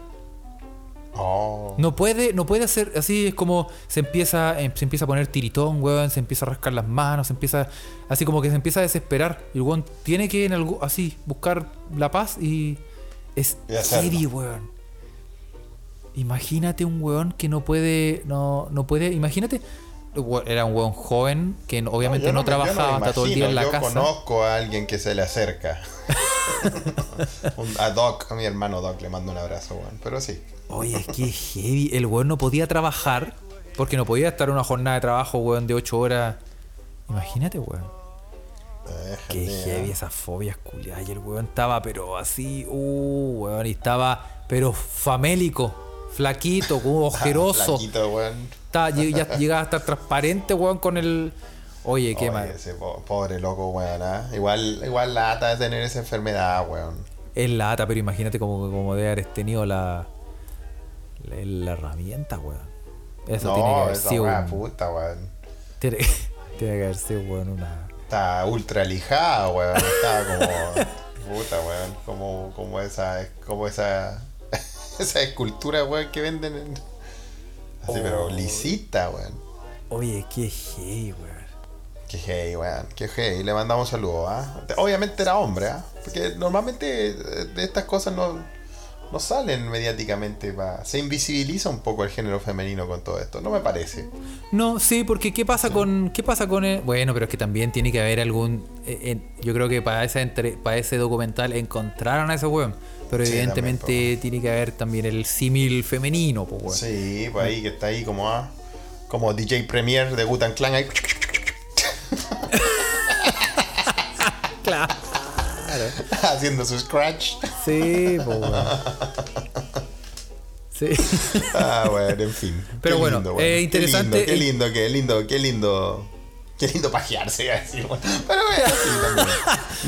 Oh. No puede, no puede hacer así es como se empieza, em, se empieza a poner tiritón, weón, se empieza a rascar las manos, se empieza así como que se empieza a desesperar. El weón tiene que en algo así buscar la paz y es Y hacerlo. serio, weón. Imagínate un weón que no puede, no, no puede, imagínate, we- era un weón joven que no- obviamente yo no, me- yo me trabajaba, hasta todo el día en la imagino, casa. Yo conozco a alguien que se le acerca. Un- a Doc, a mi hermano Doc, le mando un abrazo, weón. Pero sí. Oye, es que heavy. El weón no podía trabajar porque no podía estar en una jornada de trabajo, weón, de 8 horas. Imagínate, weón. Eh, Qué gente, heavy esas fobias, culiadas. Y el weón estaba, pero así, uh, weón, y estaba, pero famélico, flaquito, como ojeroso. ah, Flaquito, weón. Estaba- lle- ya llegaba a estar transparente, weón, con el. Oye, qué Oye, mal. ese po- pobre loco, weón. ah. Igual, igual la ata de tener esa enfermedad, weón. Es la ata, pero imagínate como, como de haber tenido la, la, la herramienta, weón. Eso no, tiene que haber esa sido. weá, un- puta, weón. Tiene, tiene que haber sido, weón, una. Está ultra lijada, weón. Está como. puta, weón. Como, como esa. Como esa. esa escultura, weón, que venden. en- Así, Oh. pero lisita, weón. Oye, qué hey, weón. Qué hey, weón. Qué hey. Le mandamos un saludo, ¿ah? Obviamente era hombre, ¿ah? Porque normalmente eh, de estas cosas no. no salen mediáticamente. pa- Se invisibiliza un poco el género femenino con todo esto, no me parece. No, sí, porque ¿qué pasa con qué pasa con el- Bueno, pero es que también tiene que haber algún eh, en- yo creo que para esa entre- para ese documental encontraron a ese weón, pero Sí, evidentemente tiene que haber también el símil femenino, pues weón. Sí, pues ahí que está ahí como ah, como DJ Premier de Gutan Clan ahí. Claro. Haciendo su scratch. Sí, pues Sí. Ah, bueno, en fin. Pero Qué bueno, lindo, eh, interesante- Qué lindo, qué lindo, qué lindo, qué lindo. Qué lindo pajearse, iba a decir, bueno. Pero es así también.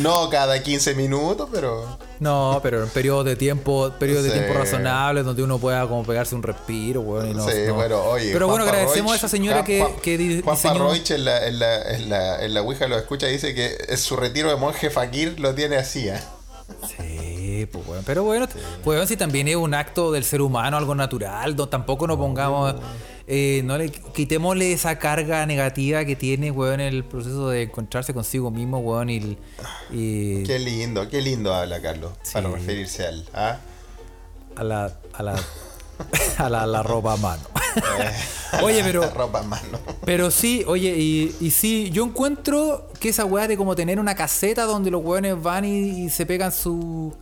No cada 15 minutos, pero. No, pero en periodos de tiempo, periodos de Sí. tiempo razonables donde uno pueda como pegarse un respiro, weón, y no- sí, no. bueno, oye. Pero bueno, Juanpa agradecemos Roig- a esa señora Juan- que, Juan- que di- Juanpa diseñó- Roig en la, en, la, en, la, en la Ouija lo escucha y dice que es su retiro de monje fakir lo tiene así, ¿eh? Sí, pues bueno, pero bueno, pues si también es un acto del ser humano, algo natural, no, tampoco nos pongamos, eh, no le quitémosle esa carga negativa que tiene, weón, el proceso de encontrarse consigo mismo, weón, y, el- y Qué lindo, qué lindo habla Carlos. Para referirse al. ¿ah? a la, a la, a la, la ropa a mano. Eh. Oye, pero, ropa a mano. pero sí, oye, y, y sí, yo encuentro que esa weá de como tener una caseta donde los weones van y, y se pegan su...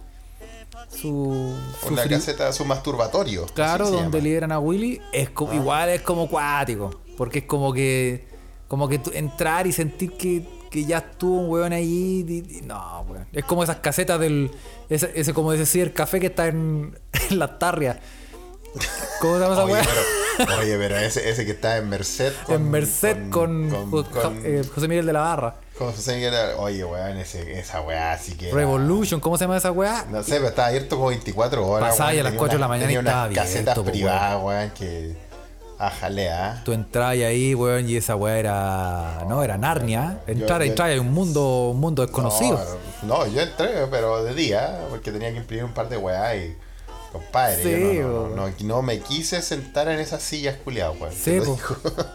Su, su Una fri- caseta, su masturbatorio. Claro, así donde se llama. Ah. liberan a Willy, es co- igual es como cuático. Porque es como que. Como que tú- entrar y sentir que, que ya estuvo un weón ahí. di- di- no, weón. Es como esas casetas del. Ese, ese como decía el café que está en, en la tarria. ¿Cómo se llama esa Oye, weá? pero, oye, pero ese, ese que está en Merced. En Merced con, con- Jo- con- eh, José Miguel de la Barra. ¿Cómo se llama? Oye, weón, ese- esa weá así que. era- Revolution, ¿cómo se llama esa weá? No sé, pero estaba abierto como 24 horas. Pasaba weón, y a las tenía 4 de la unas- mañana tenía y estaba unas casetas abierto, po, privadas, weón, que. ah. A jalea. Tú entras ahí, weón, y esa weá era. No, era Narnia. Entrar, yo- entrar, hay un mundo, un mundo desconocido. No, no, yo entré, pero de día, porque tenía que imprimir un par de weá y. Compadre, Sí, yo no, no, weón. no, no, no me quise sentar en esas sillas culiadas, weón. Sí, po.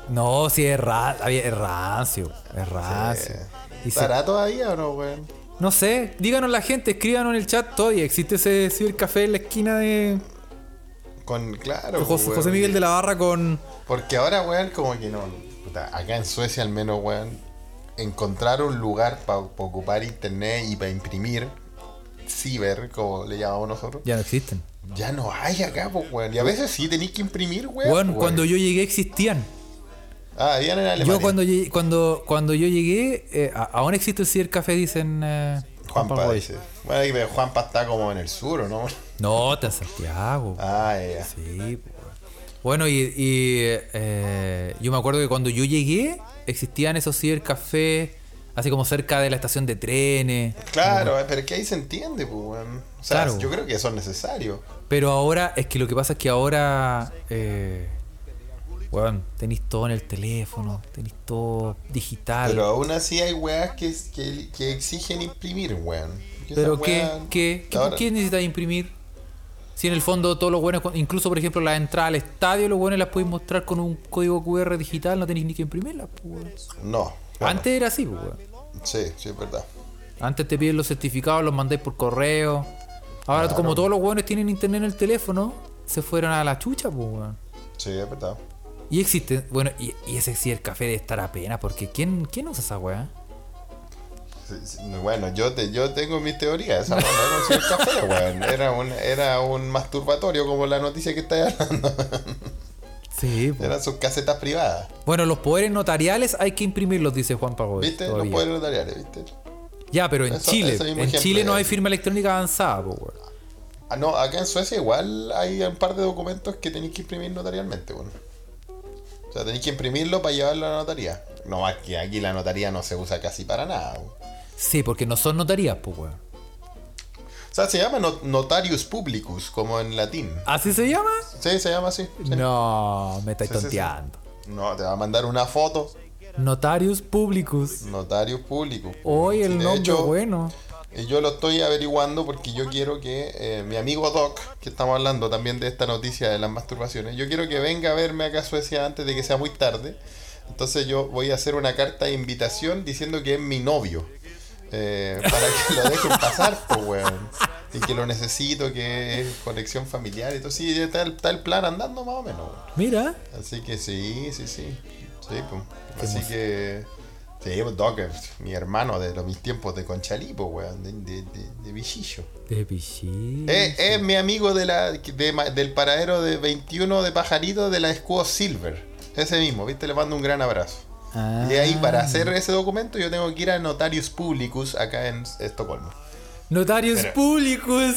No, sí, es, ra había- es rancio. Es rancio. Ah, Y se- ¿Estará todavía o no, weón? no sé, díganos la gente, escríbanos en el chat todavía. ¿Existe ese cibercafé en la esquina de Con, claro. de José, weón, José Miguel de la Barra con. Porque ahora, weón, como que no. puta, acá en Suecia, al menos, weón, encontrar un lugar para ocupar internet y para imprimir ciber, como le llamamos nosotros, Ya no existen. ya no hay acá, pues, weón. Y a veces sí tenéis que imprimir, weón. Weón, pues, cuando yo llegué existían. Ah, habían en Alemania. Yo cuando, llegué- cuando, cuando yo llegué, eh, a- aún existe el cibercafé, dicen. eh, Juanpa Juanpa Roig. dice. Bueno, ahí ve, Juanpa está como en el sur, ¿o no? No, está en Santiago. Ah, ya. Sí, po, weón. Bueno, y, y, eh, yo me acuerdo que cuando yo llegué, existían esos cibercafés, así como cerca de la estación de trenes. Claro, eh, pero es que ahí se entiende, pues, weón. O sea, Claro. yo creo que eso es necesario. Pero ahora, es que lo que pasa es que ahora, eh, weón, tenéis todo en el teléfono, tenéis todo digital. Pero Pero, aún así hay weas que, que, que exigen imprimir, weón. Y esa ¿qué, wea- qué, qué, Ahora- qué necesitas imprimir? Si en el fondo todos los buenos, incluso por ejemplo la entrada al estadio, los buenos las podéis mostrar con un código QR digital, no tenéis ni que imprimirla. po, weón. No. bueno, Antes era así, po, weón. Sí, sí, es verdad. Antes te piden los certificados, los mandáis por correo. Ahora, Claro. como todos los hueones tienen internet en el teléfono, se fueron a la chucha, pues, weón. Sí, es verdad. Y existe, bueno, y, y ese sí, el café debe estar apenas, porque ¿quién, quién usa esa weá? Sí, sí, Bueno, yo, te, yo tengo mis teorías. Esa weá no era un cibercafé, weón. Era un, era un masturbatorio como la noticia que estáis hablando. Sí, po. Eran sus casetas privadas. Bueno, los poderes notariales hay que imprimirlos, dice Juan Pago. ¿Viste? Los poderes notariales, ¿viste? Ya, pero en Eso- Chile, ese en mismo ejemplo Chile no es. hay firma electrónica avanzada, pues, weón. Ah, no, acá en Suecia igual hay un par de documentos que tenéis que imprimir notarialmente, weón. O sea, tenéis que imprimirlo para llevarlo a la notaría. No, más que aquí la notaría no se usa casi para nada, weón. Sí, porque no son notarías, pues, weón. O sea, se llama not- notarius publicus, como en latín. ¿Así se llama? Sí, se llama así. sí. No, me estáis Sí, sí, sí. tonteando. No, te va a mandar una foto. Notarius Publicus. Notarius públicos. Hoy el De nombre hecho, bueno. eh, Yo lo estoy averiguando porque yo quiero que eh, mi amigo Doc, que estamos hablando también de esta noticia de las masturbaciones, yo quiero que venga a verme acá a Suecia antes de que sea muy tarde. Entonces yo voy a hacer una carta de invitación diciendo que es mi novio. eh, para que lo dejen pasar, pues, weón. Y que lo necesito, que es conexión familiar y todo. Sí, ya está el, está el plan andando más o menos, weón. Mira. Así que sí, sí, sí. Sí, pues. Así que. Sí, pues, Doc, es mi hermano de los mis tiempos de Conchalí, pues, weón, de, de, de- de Vichillo. De pichín. Es, es mi amigo de la, de ma- del paradero de 21 de pajarito de la Escudo Silver. Ese mismo, ¿viste? Le mando un gran abrazo. Ah. Y ahí, para hacer ese documento, yo tengo que ir a Notarius Publicus acá en Estocolmo. Notarios Pero- públicos.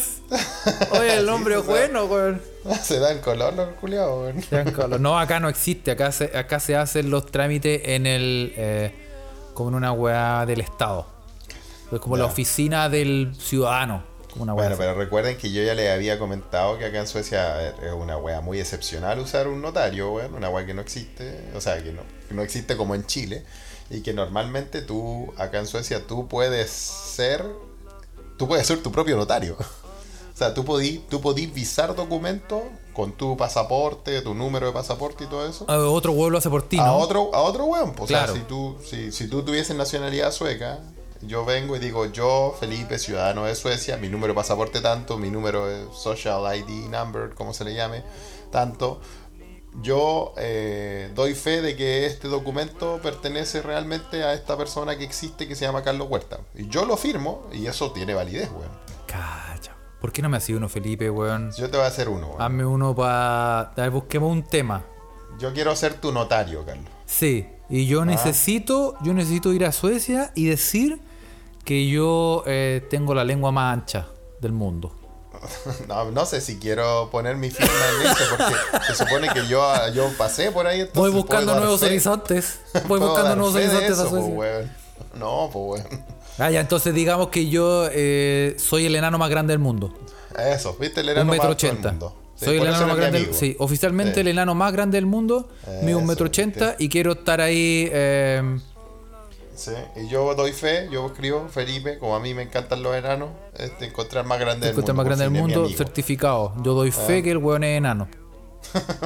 Oye, el nombre es bueno, weón. Se dan color los culiados, weón. Sean calos. No, acá no existe. Acá se, acá se hacen los trámites en el. eh, como en una weá del Estado. Es como la Ya. oficina del ciudadano. Como una weá Bueno, así. pero recuerden que yo ya les había comentado que acá en Suecia a ver, es una wea muy excepcional usar un notario, weón, una wea que no existe, o sea, que no, que no existe como en Chile, y que normalmente tú, acá en Suecia, tú puedes ser, tú puedes ser tu propio notario. O sea, tú podí, tú podí visar documentos con tu pasaporte, tu número de pasaporte y todo eso. Ah, otro huevo lo hace por ti, A ¿no? otro, a otro weón. pues, Claro. O sea, si tú, si, si tú tuvieses nacionalidad sueca, yo vengo y digo, yo, Felipe, ciudadano de Suecia, mi número de pasaporte tanto, mi número de social ID number, como se le llame, tanto. Yo eh, doy fe de que este documento pertenece realmente a esta persona que existe que se llama Carlos Huerta. Y yo lo firmo y eso tiene validez, weón. Cacha. ¿Por qué no me ha sido uno, Felipe, weón? Yo te voy a hacer uno, weón. Hazme uno para. A ver, busquemos un tema. Yo quiero ser tu notario, Carlos. Sí. Y Ah. yo necesito. Yo necesito ir a Suecia y decir que yo eh, tengo la lengua más ancha del mundo. No, no sé si quiero poner mi firma en eso porque se supone que yo, yo pasé por ahí. Voy entonces puedo buscando dar nuevos fe. horizontes. Voy Puedo dar buscando nuevos fe de horizontes a eso, Suecia. po, weón. No, pues weón. Ah, ya, entonces digamos que yo eh, soy el enano más grande del mundo. Eso, viste, el Un enano metro más alto del ochenta. mundo. Sí, Soy el por eso enano más eres mi grande del amigo. Sí, oficialmente Sí. el enano más grande del mundo. Mido un Eso, metro ochenta y quiero estar ahí. eh, Sí, y yo doy fe, yo escribo Felipe, como a mí me encantan los enanos, este, encontrar más grande del cinco mundo. más por grande del fin es mi mundo, amigo. Ah. certificado. Yo doy fe que el weón es enano.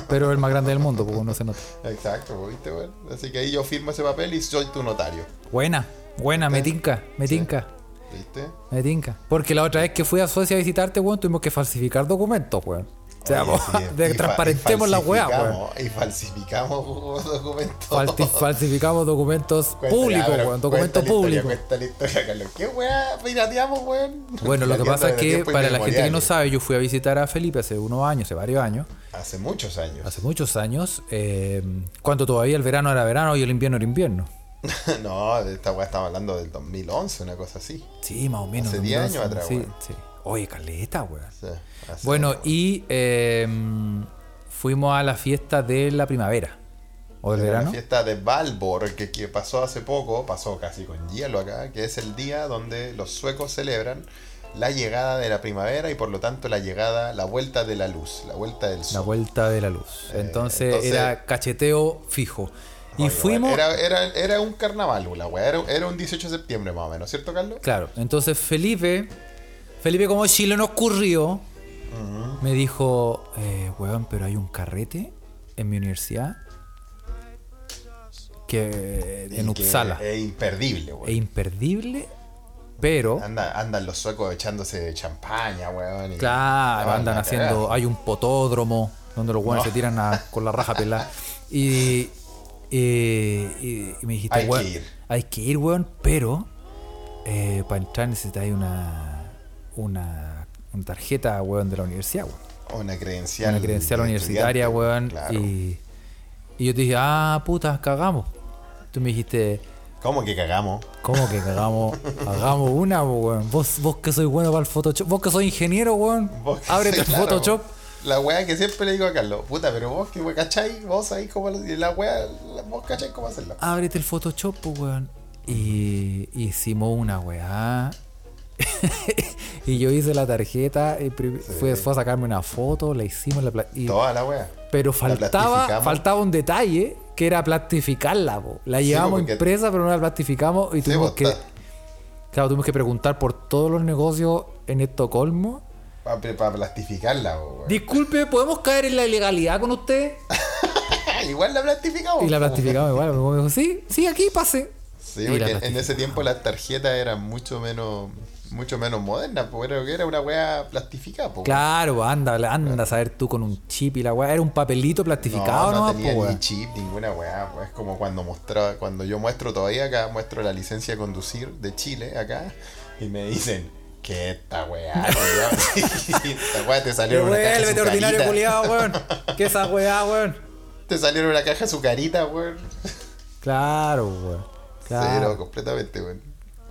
Pero el más grande del mundo, porque no se nota. Exacto, po, viste, weón. Así que ahí yo firmo ese papel y soy tu notario, Buena, buena, me tinca, me tinca. viste. Me tinca. Porque la otra vez que fui a Suecia a visitarte, weón, tuvimos que falsificar documentos, weón. O sea, Oye, po, sí, de- y fa- y transparentemos la weá, weón. falsificamos, Y falsificamos documentos. Falti- falsificamos documentos Cuéntale, públicos, a ver, weón. Documentos cuenta la historia, públicos. cuenta la historia, Carlos. ¿Qué weá pirateamos, weón? Bueno, lo que Pirateando pasa es desde que, tiempos para la gente que no inmemoriales. sabe, yo fui a visitar a Felipe hace unos años, hace varios años, Hace muchos años. hace muchos años, eh, cuando todavía el verano era verano y el invierno era invierno. no, de esta weá estaba hablando del 2011, una cosa así. Sí, más o menos. Hace 10 años 2012, atrás, sí, weón. sí. Oye, Carleta, weón. Sí, hace- Bueno, y eh, fuimos a la fiesta de la primavera. ¿O del en La verano? fiesta de Valborg que, que pasó hace poco, pasó casi con hielo acá, que es el día donde los suecos celebran la llegada de la primavera y por lo tanto la llegada, la vuelta de la luz, la vuelta del La sol. vuelta de la luz. Eh, Entonces, entonces- era cacheteo fijo. Y Oye, fuimos. Era, era, era un carnaval, la weá. Era, era un 18 de septiembre más o menos, ¿cierto, Carlos? Claro, entonces Felipe, Felipe como Chile nos ocurrió, me dijo, eh, weón, pero hay un carrete en mi universidad que Y en que Uppsala E Es imperdible, es weón. imperdible, pero Anda- andan los suecos echándose champaña, weón. y- claro, Ah, andan la haciendo, cagada. hay un potódromo donde los weones No. se tiran a- con la raja pelada y, eh, y- y me dijiste, Hay que weón, ir. hay que ir, weón, pero eh, para entrar necesitáis una, una, una tarjeta, weón, de la universidad, weón. Una credencial. una credencial de universitaria, estudiante, weón. claro. Y, y yo te dije, ah, puta, cagamos. Tú me dijiste, ¿Cómo que cagamos? ¿cómo que cagamos? Hagamos una, po, weón. Vos, vos que sois bueno para el Photoshop, vos que sois ingeniero, weón. Vos que- Ábrete sí, el claro, Photoshop. La weá que siempre le digo a Carlos, puta, pero vos que cacháis, vos sabéis cómo lo- y la weá, la- vos cacháis cómo hacerlo. Ábrete el Photoshop, po, weón. Y hicimos una weá. y yo hice la tarjeta, y prim- fue, fue a sacarme una foto, la hicimos, la pla- y- Toda la weá. Pero faltaba, plastificamos. faltaba un detalle que era plastificarla. po. La llevamos po, porque- impresa, pero no la plastificamos y Sí, tuvimos po, que. está. Claro, tuvimos que preguntar por todos los negocios en Estocolmo. Para plastificarla, weón. Disculpe, ¿podemos caer en la ilegalidad con usted? Igual la plastificamos. Y la weón. plastificamos igual. pero Me dijo, sí, sí, aquí pase. Sí, porque en ese tiempo las tarjetas eran mucho menos mucho menos modernas, porque era, era una weá plastificada. pues, po, Claro, anda, anda a saber tú con un chip y la weá. Era un papelito plastificado, no, no nomás, tenía po, ni weá. chip, ninguna weá, pues, Es como cuando mostraba, cuando yo muestro todavía acá, muestro la licencia de conducir de Chile acá, y me dicen, ¿qué esta weá? esta weá te salió en una caja Devuélvete, ordinario sucarita. culiado, weón. ¿Qué esa weá, weón? Te salió en una caja su carita, weón. Claro, weón. Cero, Claro. completamente, weón.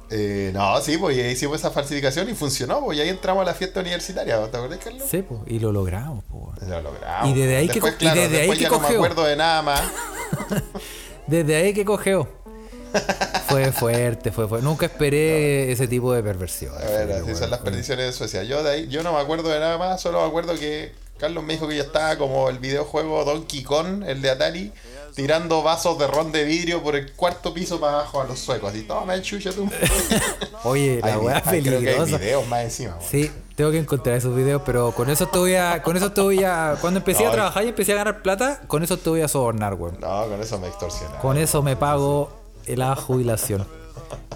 Eh, no, sí, pues y ahí hicimos esa falsificación y funcionó, pues y ahí entramos a la fiesta universitaria, ¿te acordás, Carlos? Sí, po, y lo logramos, po, weón. Lo logramos. Y desde ahí que Después, co- y claro, desde ahí después que ya no me cogeo. acuerdo de nada más. Desde ahí que cogeo. Fue fuerte, fue fuerte. Nunca esperé ese tipo de perversión. A ver, así son las perdiciones de Suecia. Yo de ahí, yo no me acuerdo de nada más, solo me acuerdo que Carlos me dijo que yo estaba como el videojuego Donkey Kong, el de Atari, tirando vasos de ron de vidrio por el cuarto piso para abajo a los suecos. Y toma el chucha tú. Oye, la Hay vi- weá hay- creo que hay peligrosa. videos más encima. weón. Sí, tengo que encontrar esos videos, pero con eso te voy a. Con eso te voy a. Cuando empecé a No, trabajar y empecé a ganar plata, con eso te voy a sobornar, weón. No, con eso me extorsionaron. Con eso me pago la jubilación.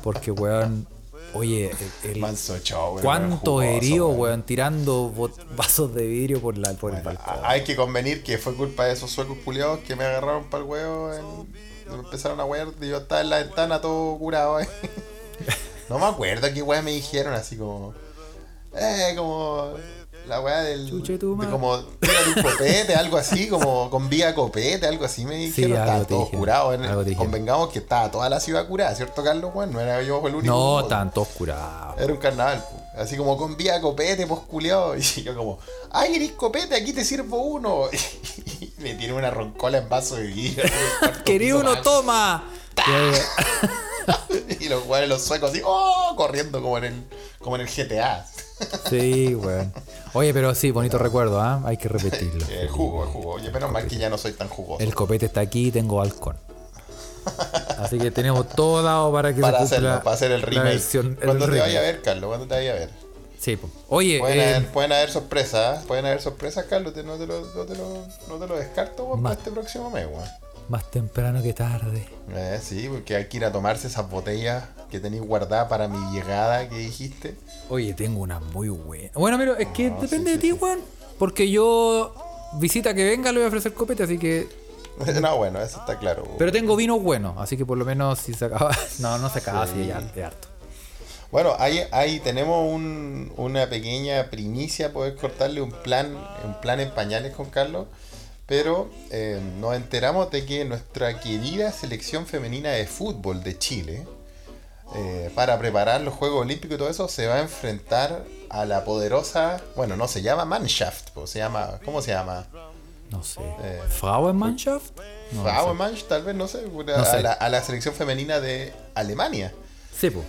Porque, weón. Oye, el- el- Manso show, weón, cuánto jugoso, herido, weón. weón, tirando bot- vasos de vidrio por, la, por el balcón. A- Ah, Hay que convenir que fue culpa de esos suecos culiados que me agarraron para el huevo. en- Me empezaron a huear y yo estaba en la ventana todo curado. eh. No me acuerdo qué weá me dijeron, así como. Eh, como. La weá del. Chuche tu de madre. como. Tírate un copete, algo así, como con vía copete, algo así me dijeron. algo estaba te todo dijeron, curado. en- algo te dijeron. Convengamos que estaba toda la ciudad curada, ¿cierto, Carlos? Bueno, no era yo el único. No, pues. tanto oscurado. Era un carnaval, po. así como con vía copete, pues culiao. Y yo como, ay, eres copete, aquí te sirvo uno. Y me tiene una roncola en vaso de vidrio. en el cuarto Querido piso, uno, man. toma. Y los jugadores los suecos así, oh, corriendo como en el, como en el GTA. Sí, weón. Oye, pero sí, bonito recuerdo, ¿ah? Hay que repetirlo. El jugo, el jugo. Eh, Oye, menos mal que ya no soy tan jugoso. El copete está aquí y tengo balcón. Así que tenemos todo dado para que para se cumpla hacerlo, para hacer el la remake. versión- el ¿Cuándo te remake. vaya a ver, Carlos? ¿Cuándo te vaya a ver? Sí, po. Oye, Pueden, eh, haber, pueden haber sorpresas, ¿eh? pueden haber sorpresas, Carlos. Te- No te lo, no te lo, no te lo descarto, weón, Ma- para este próximo mes, weón. más temprano que tarde. Eh, sí, porque hay que ir a tomarse esas botellas que tenéis guardadas para mi llegada que dijiste. Oye, tengo una muy buena. Bueno, pero es que No, sí, depende de sí, ti, sí. weón. Porque yo, visita que venga, le voy a ofrecer copete, así que. no, bueno, eso está claro. Pero tengo vinos buenos, así que por lo menos si se acaba. No, no se acaba, sí, ya, es harto. Bueno, ahí, ahí tenemos un- una pequeña primicia, poder cortarle un plan, un plan en pañales con Carlos. Pero eh, nos enteramos de que nuestra querida selección femenina de fútbol de Chile, eh, para preparar los Juegos Olímpicos y todo eso, se va a enfrentar a la poderosa, bueno, no se llama Manshaft, pues, se llama, ¿cómo se llama? No sé. Eh, ¿Frauenmannschaft? No, no sé. Frauenmann, Ah, tal vez, no sé, una- No sé. A, la, a la selección femenina de Alemania. Sí, po.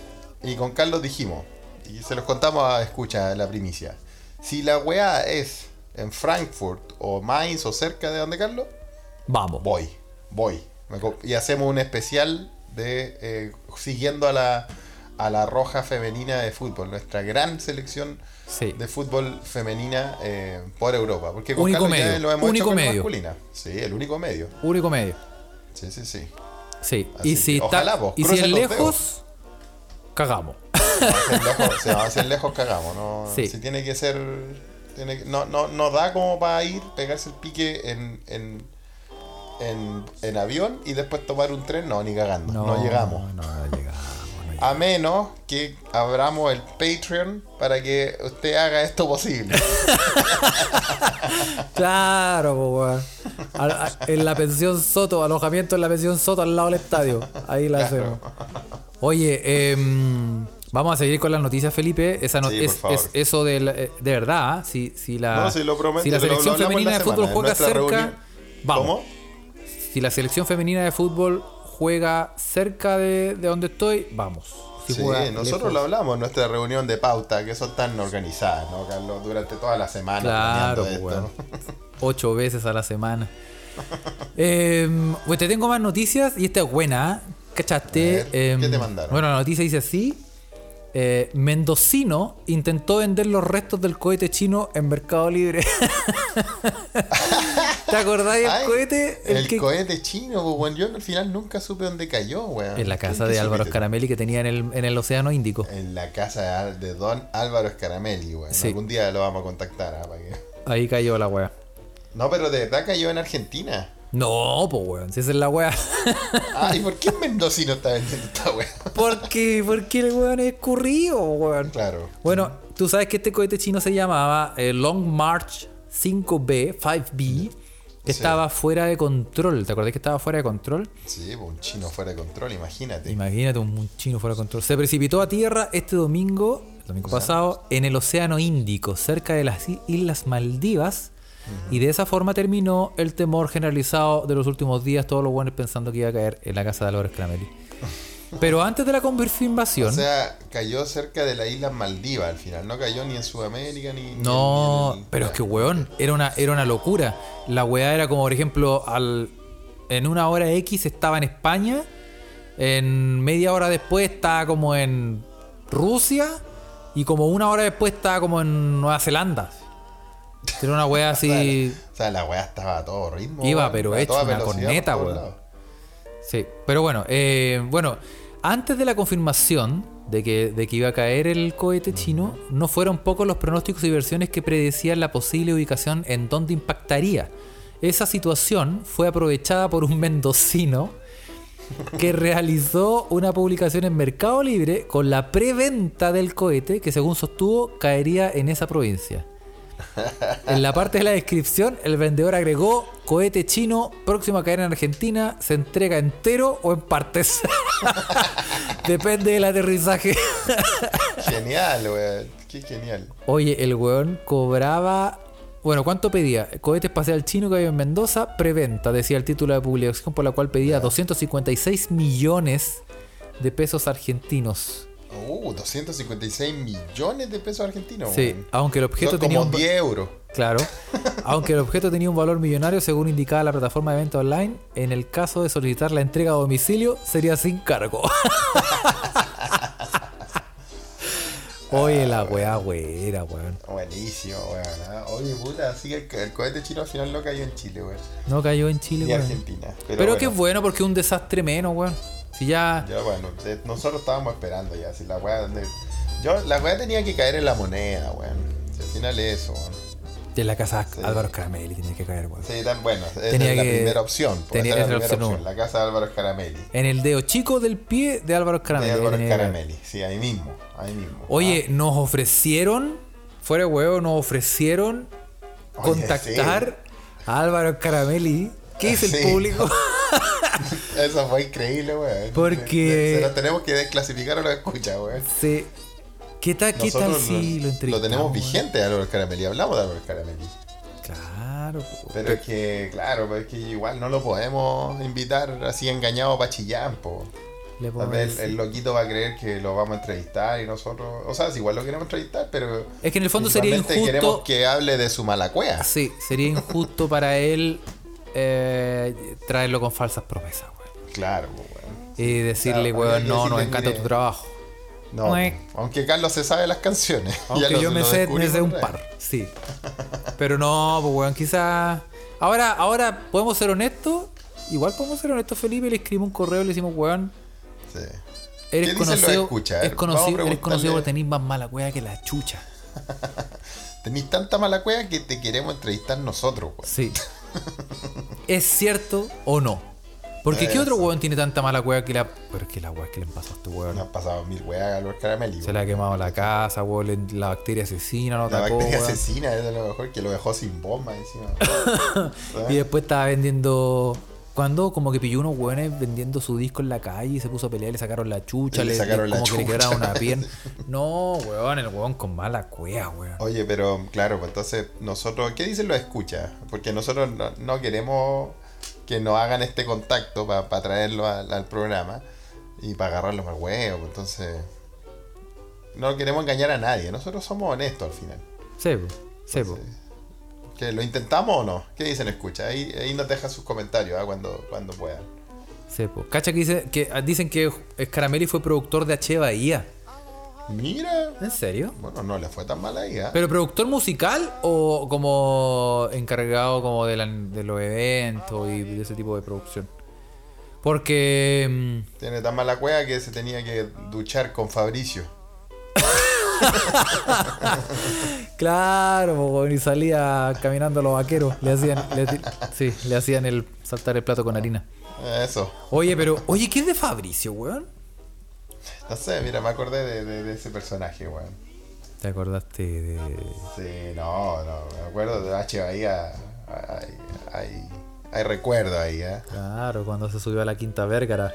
Y con Carlos dijimos, y se los contamos a escucha la primicia. Si la weá es en Frankfurt o Mainz o cerca de donde Carlos, Vamos. voy, voy. Me co- Y hacemos un especial de eh, siguiendo a la, a la roja femenina de fútbol, nuestra gran selección Sí. de fútbol femenina eh, por Europa. Porque con Único Carlos ya medio, lo hemos único hecho con medio. masculina. Sí, el único medio. Único medio. Sí, sí, sí. Sí. Así y si, que ojalá, está- po, y si crucen es los lejos, cagamos. Se lejos, se va a hacer lejos cagamos, ¿no? Sí. Si tiene que ser. tiene que- no, no, no da como para ir, pegarse el pique en, en, en, en avión y después tomar un tren. No, ni cagando. No, llegamos. No, no llegamos. no A menos que abramos el Patreon para que usted haga esto posible. Claro, po, weón. A- a- En la pensión Soto, alojamiento en la pensión Soto al lado del estadio. Ahí la hacemos. Oye, em, vamos a seguir con las noticias, Felipe. Esa no- Sí, por es, favor. es- eso de, la- eh, de verdad, ¿ah? si, si la, No, sí, lo prometo, si la lo- lo selección hablamos femenina la de fútbol semana, en juega nuestra cerca, reunión. vamos. ¿Cómo? Si la selección femenina de fútbol juega cerca de, de donde estoy, vamos. Si Sí, juega nosotros lejos. lo hablamos en nuestra reunión de pauta, que son tan organizadas, ¿no, Carlos? Durante toda la semana Claro, planeando esto. weón. Ocho veces a la semana. Em, pues te tengo más noticias y esta es buena. ¿ah? ¿Cachaste? A ver, ¿qué Em, te mandaron? Bueno, la noticia dice así. eh, Mendocino intentó vender los restos del cohete chino en Mercado Libre. ¿Te acordás del Ay, cohete? El, que- cohete chino, pues, weón. Yo al final nunca supe dónde cayó, weón. En la casa ¿Tú qué Eh. de Álvaro supiste? Scaramelli que tenía en el, en el Océano Índico. En la casa de Al- de Don Álvaro Scaramelli, weón. Sí. Algún día lo vamos a contactar, ah, para que- Ahí cayó la wea. No, pero de verdad cayó en Argentina. No, pues weón, si esa es la wea. Ay, ¿por qué el mendocino está vendiendo esta weón? Porque, porque el weón es currido, weón. Claro. Bueno, tú sabes que este cohete chino se llamaba eh, Long March 5B, 5B, que Sí. estaba fuera de control. ¿Te acordás que estaba fuera de control? Sí, pues, un chino fuera de control, imagínate. Imagínate un un chino fuera de control. Se precipitó a tierra este domingo, el domingo pasado, en el Océano Índico, cerca de las i- Islas Maldivas. Y de esa forma terminó el temor generalizado de los últimos días, todos los buenos pensando que iba a caer en la casa de Álvaro Scaramelli. Pero antes de la o confirmación, sea, cayó cerca de la isla Maldivas al final. No cayó ni en Sudamérica ni. No, ni- ni- ni- pero es que weón, era una, era una locura. La weá era como, por ejemplo, al, en una hora X estaba en España, en media hora después estaba como en Rusia y como una hora después estaba como en Nueva Zelanda. Era una weá así. O sea, la weá estaba a todo ritmo. Iba, weón. pero A hecho toda una velocidad por corneta, todos weón. lados. Sí, pero bueno, eh, bueno, antes de la confirmación de que, de que iba a caer el cohete chino, no fueron pocos los pronósticos y versiones que predecían la posible ubicación en donde impactaría. Esa situación fue aprovechada por un mendocino que realizó una publicación en Mercado Libre con la preventa del cohete que según sostuvo caería en esa provincia. En la parte de la descripción, el vendedor agregó cohete chino, próximo a caer en Argentina, se entrega entero o en partes. Depende del aterrizaje. Genial, weón. Qué genial. Oye, el weón cobraba. Bueno, ¿cuánto pedía? Cohete espacial chino que había en Mendoza, preventa, decía el título de publicación por la cual pedía 256 millones de pesos argentinos. Uh, 256 millones de pesos argentinos, Sí, weón. aunque el objeto Son tenía como un- 10 euros. Claro. Aunque el objeto tenía un valor millonario, según indicaba la plataforma de venta online, en el caso de solicitar la entrega a domicilio sería sin cargo. Oye, la weá, weá, weón. Buenísimo, weón. ah. Oye, puta, así que el, el cohete chino al final no cayó en Chile, weón. No cayó en Chile, Ni weón. Argentina. Pero, Pero, que bueno, bueno, porque un desastre menos, weón. Si ya. Ya, bueno, de- nosotros estábamos esperando ya. Si la weá. de- Yo, la weá tenía que caer en la moneda, weón. Si al final es eso, weón. De la casa Sí. Álvaro Caramelli tenía que caer, weón. Sí, tan bueno. Esa Tenía es la que- primera opción. pues, tenía esa era que la ser primera opción opción. La casa de Álvaro Scaramelli. En el dedo chico del pie de Álvaro Caramelli. De ahí Álvaro Ah. tenía que caer. Scaramelli. Sí, ahí mismo. Ahí mismo. Oye, nos ofrecieron, fuera de huevo, nos ofrecieron Oye, contactar a Álvaro Caramelli. ¿Qué dice Sí. el público? Ah, eso fue increíble, weón. Porque- Se lo tenemos que desclasificar a los escucha, weón. Sí. ¿Qué tal, qué tal Nosotros si lo lo entrevistamos? tenemos eh? vigente a Álvaro Scaramelli. Hablamos de Álvaro Scaramelli. Claro. pues, Pero es que, claro, pues es que igual no lo podemos invitar así engañado para chillampo. Le Tal podemos vez el, el decir. loquito va a creer que lo vamos a entrevistar y nosotros. O sea, si igual lo queremos entrevistar, pero. Es que en el fondo sería injusto. principalmente Ah, queremos que hable de su mala cueva. Sí, sería injusto para él eh, traerlo con falsas promesas, weón. Claro, pues, weón. Y decirle, Claro, weón, habría que no, nos decirle, encanta mire, tu trabajo. No, Mue. aunque Carlos se sabe las canciones. Ya Aunque lo- yo me lo sé, descubrí me sé por un ahí. par, sí. Pero no, pues weón, quizás. Ahora, ahora podemos ser honestos. Igual podemos ser honestos, Felipe. Le escribimos un correo y le decimos, weón, Sí. eres ¿Qué dicen los conocido. escucha? A ver, eres conocido, vamos a eres conocido por preguntarle. tener más mala cueva que la chucha. Tenís tanta mala cueva que te queremos entrevistar nosotros, weón. Sí. ¿Es cierto o no? Porque ¿qué Eso. otro weón tiene tanta mala cueva que la. Pero es que la weá que le pasó a este weón. Nos han pasado mil weas a Álvaro Scaramelli. Se weón. le ha quemado la casa, weón, le- la bacteria asesina, no La atacó, bacteria weón. asesina es de lo mejor que lo dejó sin bomba encima. Y después estaba vendiendo. Cuando como que pilló unos hueones vendiendo su disco en la calle y se puso a pelear, le sacaron la chucha, Y le le, sacaron la como que le chucha. quebraron una pierna. No, hueón, el hueón con mala cueva, hueón. Oye, pero claro, pues entonces nosotros, ¿qué dicen los escuchas? Porque nosotros no, no queremos que nos hagan este contacto para traerlo al, al programa y para agarrarlo al huevo, pues, entonces no queremos engañar a nadie, nosotros somos honestos al final. Sebo, sebo. ¿Que ¿Lo intentamos o no? ¿Qué dicen escucha? Ahí, ahí nos dejan sus comentarios ah, cuando, cuando puedan. Sepo. Cacha que, dice, que ah, dicen que Scaramelli fue productor de H. Bahía. Mira. ¿En serio? Bueno, no le fue tan mal ahí, ¿eh? ¿Pero productor musical o como encargado como de, la- de los eventos y de ese tipo de producción? Porque... mm, Tiene tan mala cueva que se tenía que duchar con Fabricio. Claro, po, weón, y salía caminando los vaqueros. Le hacían, le ti- sí, le hacían el saltar el plato con harina. Eso. Oye, pero... Oye, ¿qué es de Fabricio, weón? No sé, mira, me acordé de, de- de ese personaje, weón. ¿Te acordaste de...? Sí, no, no, me acuerdo de H. Bahía. Hay, hay, hay recuerdo ahí, ¿eh? Claro, cuando se subió a la quinta vergara.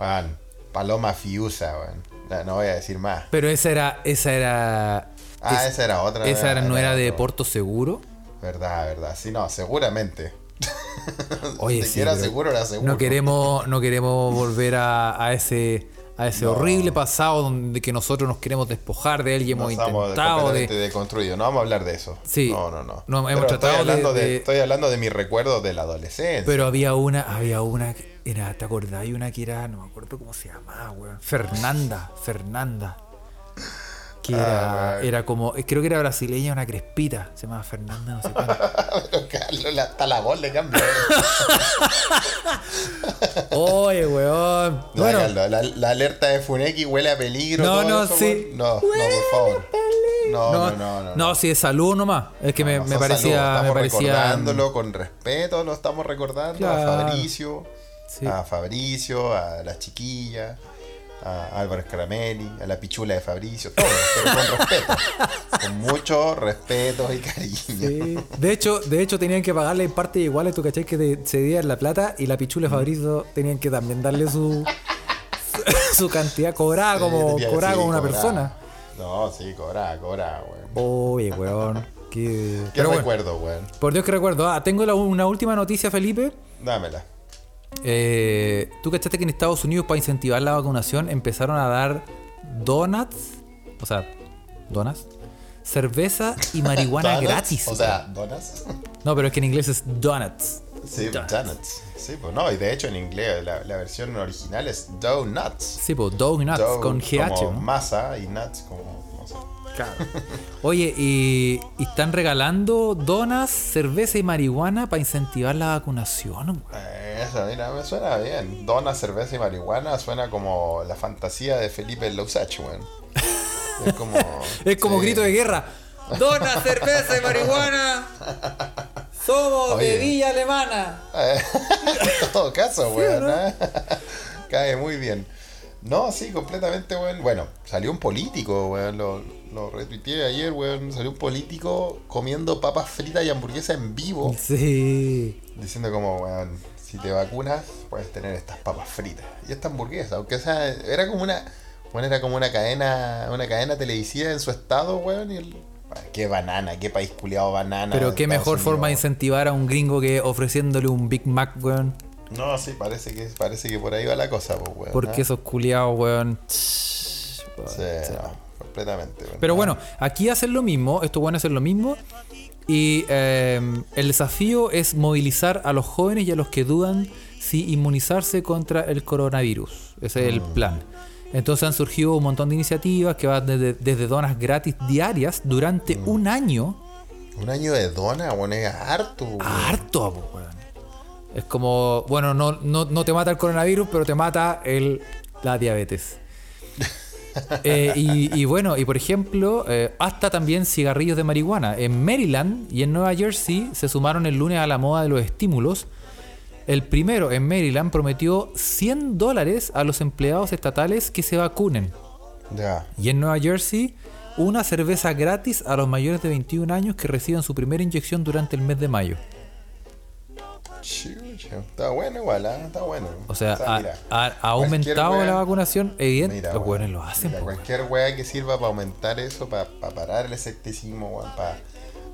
Weón, Paloma Fiusa, weón. No, no voy a decir más. Pero esa era... Esa era... Ah, es- esa era otra, Esa era- era- no era era de otro. Porto Seguro. Verdad, verdad. Sí, no, seguramente. Oye, Si sí, era pero seguro, era seguro. No queremos, no queremos volver a, a ese, a ese No. horrible pasado donde que nosotros nos queremos despojar de él y hemos No estamos intentado completamente de. deconstruidos, no vamos a hablar de eso. Sí. No, no, no. No, hemos Pero tratado estoy hablando de- de, de- Estoy hablando de mis recuerdos de la adolescencia. Pero había una, había una que era, ¿te acordás? Hay una que era, no me acuerdo cómo se llamaba, weón. Fernanda, Fernanda. Que Ah, era, weón. era como, eh, creo que era brasileña, una crespita. Se llamaba Fernanda, no sé cuánto. Pero Carlos, la- hasta la voz le cambió. Oye, weón. No, Bueno, Carlos, la, la alerta de Funeki huele a peligro. No, todo no, eso, sí. weón. No, no, por favor. No, no, no, no. no. si es salud nomás. Es que me, No, me son saludos, parecía. Estamos Me parecía recordándolo con respeto, lo estamos recordando Claro. a Fabricio, Sí. a Fabricio, a la chiquilla, a Álvaro Scaramelli, a la pichula de Fabricio, todo, pero con respeto. Con mucho respeto y cariño. Sí. De hecho, de hecho tenían que pagarle partes iguales, tú cachai que de- cedían la plata y la pichula Fabrizio tenían que también darle su su cantidad cobrada Ah, como Sí, cobrada sí, como una cobrá. persona. No, sí, cobrá, cobrá, weón. Oye, weón. Qué, Qué Pero bueno, recuerdo, weón. por Dios que recuerdo. Ah, tengo la- una última noticia, Felipe. Dámela. Eh, ¿Tú cachaste que en Estados Unidos, para incentivar la vacunación, empezaron a dar donuts? O sea, donas. Cerveza y marihuana Donuts, gratis. O sea, donas. No, pero es que en inglés es donuts. Sí, Donuts. donuts. Sí, pues no, y de hecho en inglés la, la versión original es donuts. Sí, pues donuts Dough con GH. Como ¿no? masa y nuts como. No sé. Oye, y, y están regalando donas, cerveza y marihuana para incentivar la vacunación. güey. Eh, Eso, mira, me suena bien. Dona, cerveza y marihuana suena como la fantasía de Felipe el Lausach, weón. Es como. Es como sí. grito de guerra. Donas, cerveza y marihuana. Somos de Oye. Villa Alemana. Eh, en todo caso, weón. ¿eh? Cae muy bien. No, sí, completamente, weón. Bueno, salió un político, weón. Lo, lo retuiteé ayer, weón. Salió un político comiendo papas fritas y hamburguesas en vivo. Sí. Diciendo como, weón, si te vacunas, puedes tener estas papas fritas. Y esta hamburguesa, aunque sea, era como una. Bueno, era como una cadena, una cadena televisiva en su estado, weón, y el. Ay, Qué banana, qué país culiado banana. Pero de qué Estados mejor Unidos, forma de weón. incentivar a un gringo que ofreciéndole un Big Mac, weón. No, sí, parece que, parece que por ahí va la cosa, pues, weón. Porque ¿eh? esos culiados, weón. Ch, weón, Sí, sí. no, completamente, weón. Pero bueno, aquí hacen lo mismo, estos buenos hacen lo mismo. Y eh, el desafío es movilizar a los jóvenes y a los que dudan si inmunizarse contra el coronavirus. Ese es el Mm. plan. Entonces han surgido un montón de iniciativas que van desde, desde donas gratis diarias durante Mm. un año. Un año de dona, weón, es harto, weón. Ah. Harto, po, weón. Es como, bueno, no, no, no te mata el coronavirus, pero te mata el, la diabetes. Eh, y, y bueno, y por ejemplo, eh, hasta también cigarrillos de marihuana. En Maryland y en Nueva Jersey se sumaron el lunes a la moda de los estímulos. El primero en Maryland prometió 100 dólares a los empleados estatales que se vacunen. Ya. Y en Nueva Jersey, una cerveza gratis a los mayores de 21 años que reciban su primera inyección durante el mes de mayo. Chucha, Está bueno igual, ¿eh? está bueno. O sea, ha, mira, ha- ha cualquier aumentado weá- la vacunación, evidente, Mira, los weón, hueones lo hacen. mira, po, weón. cualquier weá que sirva para aumentar eso, para, parar el escepticismo,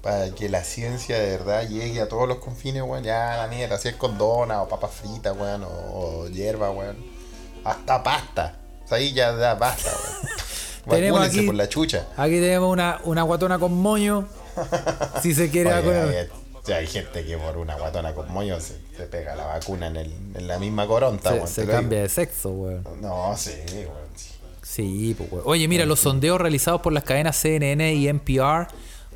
para que la ciencia de verdad llegue a todos los confines, weón, ya la mierda, si es con dona o papas fritas, weón, o, o hierba, weón, hasta pasta. O sea, ahí ya da basta, weón. Tenemos Vacúnense aquí- por la chucha. Aquí tenemos una, una guatona con moño. si se quiere Oye, vacunar. hay, ya hay gente que por una guatona con moño se, se pega la vacuna en, el- en la misma coronta, Se, weón, se te lo digo. cambia de sexo, weón. No, sí, weón. sí. Sí, pues, weón. Oye, mira, los sondeos realizados por las cadenas CNN y NPR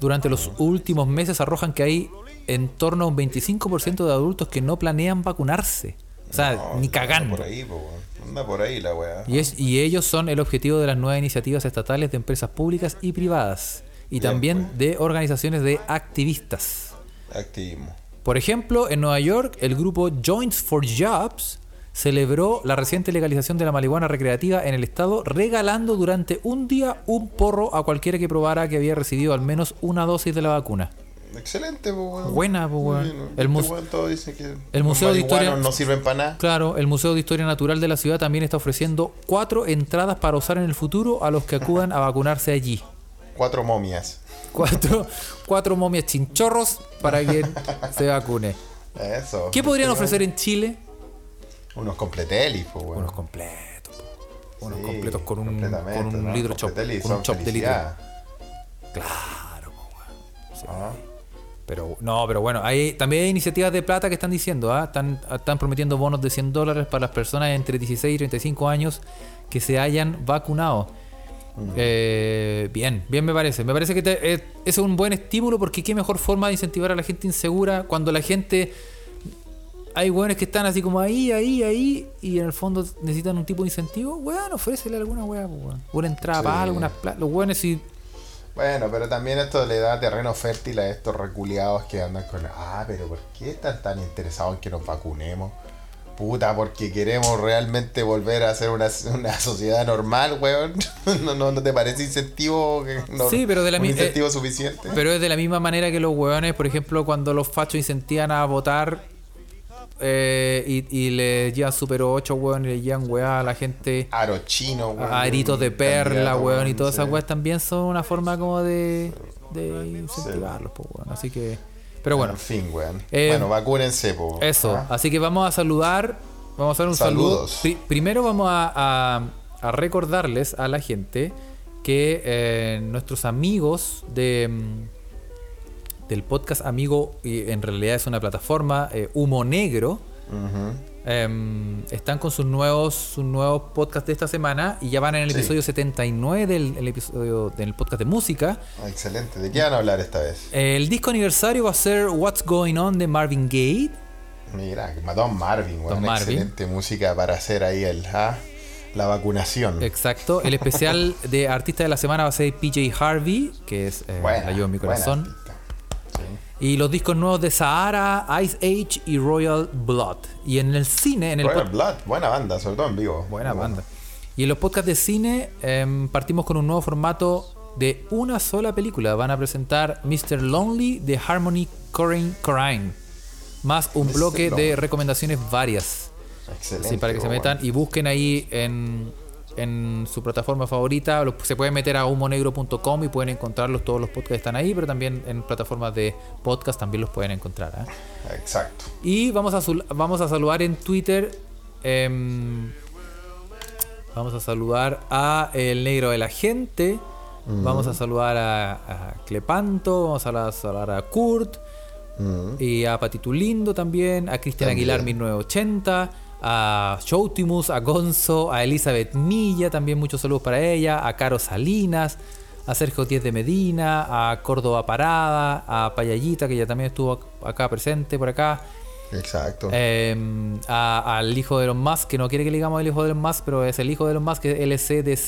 durante los últimos meses arrojan que hay en torno a un 25% de adultos que no planean vacunarse. O sea, No, ni anda cagando. por ahí, po, weón. Anda por ahí la weá. Y, es- y ellos son el objetivo de las nuevas iniciativas estatales de empresas públicas y privadas. Y Bien, también de organizaciones de activistas. Activismo. Por ejemplo, en Nueva York, el grupo Joints for Jobs celebró la reciente legalización de la marihuana recreativa en el estado, regalando durante un día un porro a cualquiera que probara que había recibido al menos una dosis de la vacuna. Excelente, po, weón. Buena, po, weón. Muy bien, El este mus- weón todo dice que El los Museo de marihuanos Historia no sirven para nada. Claro, el Museo de Historia Natural de la ciudad también está ofreciendo cuatro entradas para usar en el futuro a los que acudan a vacunarse allí. Cuatro momias. Cuatro, cuatro momias chinchorros para que se vacune. Eso. ¿Qué podrían Este ofrecer en Chile? weón. Unos completelis, po, weón. Unos completos. po. Unos Sí, completos con un, completamente, con un ¿no? litro chop. Completelis Con un son chop de litro. felicidad. Claro, po, weón. Ah, Pero, no, pero bueno, hay, también hay iniciativas de plata que están diciendo, ¿ah? están, están prometiendo bonos de 100 dólares para las personas entre 16 y 35 años que se hayan vacunado. Mm. Eh, bien, bien me parece. Me parece que te- eh, es un buen estímulo porque qué mejor forma de incentivar a la gente insegura cuando la gente... Hay hueones que están así como ahí, ahí, ahí y en el fondo necesitan un tipo de incentivo. Weón, ofrécele alguna weá, pues, weón. Una entrada Sí. para algo, unas pla- Los hueones si Bueno, pero también esto le da terreno fértil a estos reculeados que andan con. Ah, pero ¿por qué están tan interesados en que nos vacunemos? Puta, porque queremos realmente volver a ser una, una sociedad normal, weón. ¿No, no, no te parece incentivo? que- no- Sí, pero de la un mi- eh, incentivo suficiente. Pero es de la misma manera que los hueones, por ejemplo, cuando los fachos incentivan a votar eh, y, y les llevan super 8, hueón, y les llevan weá a la gente Aro chino, weón. a gritos de perla, Candidato, hueón, y todas sí. esas weas también son una forma como de, de incentivarlos, po, hueón. Así que. Pero bueno, En fin, weón. Eh, bueno, vacúrense, po. eso. ¿ah? Así que vamos a saludar. Vamos a hacer un Saludos. saludo. Pri- primero vamos a, a- a recordarles a la gente que eh, nuestros amigos de mm, del podcast Amigo, y en realidad es una plataforma, eh, Humo Negro, Ujú. em, están con sus nuevos, sus nuevos podcasts de esta semana y ya van en el Sí. episodio 79 del el episodio del podcast de música. Excelente. ¿De qué van a hablar esta vez? El disco aniversario va a ser What's Going On de Marvin Gaye. Mira, Don Marvin, weón. Don Marvin. Excelente música para hacer ahí el, ah, la vacunación. Exacto. El especial de artista de la semana va a ser PJ Harvey, que es eh, Buena, La Ayuda en mi buena corazón. artista. Y los discos nuevos de Sahara, Ice Age y Royal Blood. Y en el cine, en el Royal pod- Blood, buena banda, sobre todo en vivo. Buena Muy banda. Y en los podcasts de cine em, partimos con un nuevo formato de una sola película. Van a presentar Mr. Lonely de Harmony Corrine, Corrine, más un Mr. bloque Lonely. de recomendaciones varias. Excelente. Sí, para que se weón. metan y busquen ahí en, en su plataforma favorita. Lo- Se pueden meter a humonegro.com y pueden encontrarlos. Todos los podcasts están ahí, pero también en plataformas de podcast también los pueden encontrar. ¿ah? Exacto. Y vamos a, sul- vamos a saludar en Twitter. em, vamos a saludar a El Negro de la Gente. Vamos a saludar a, a Clepanto. Vamos a la- saludar a Kurt. Y a Patito Lindo también. A Cristian También. Aguilar 1980. A Showtimus, a Gonzo, a Elizabeth Milla, también muchos saludos para ella, a Caro Salinas, a Sergio Díez de Medina, a Córdoba Parada, a Payallita, que ya también estuvo ac- acá presente por acá, Exacto. eh, a- al hijo de los más que no quiere que le digamos el hijo de los más pero es el hijo de los más que es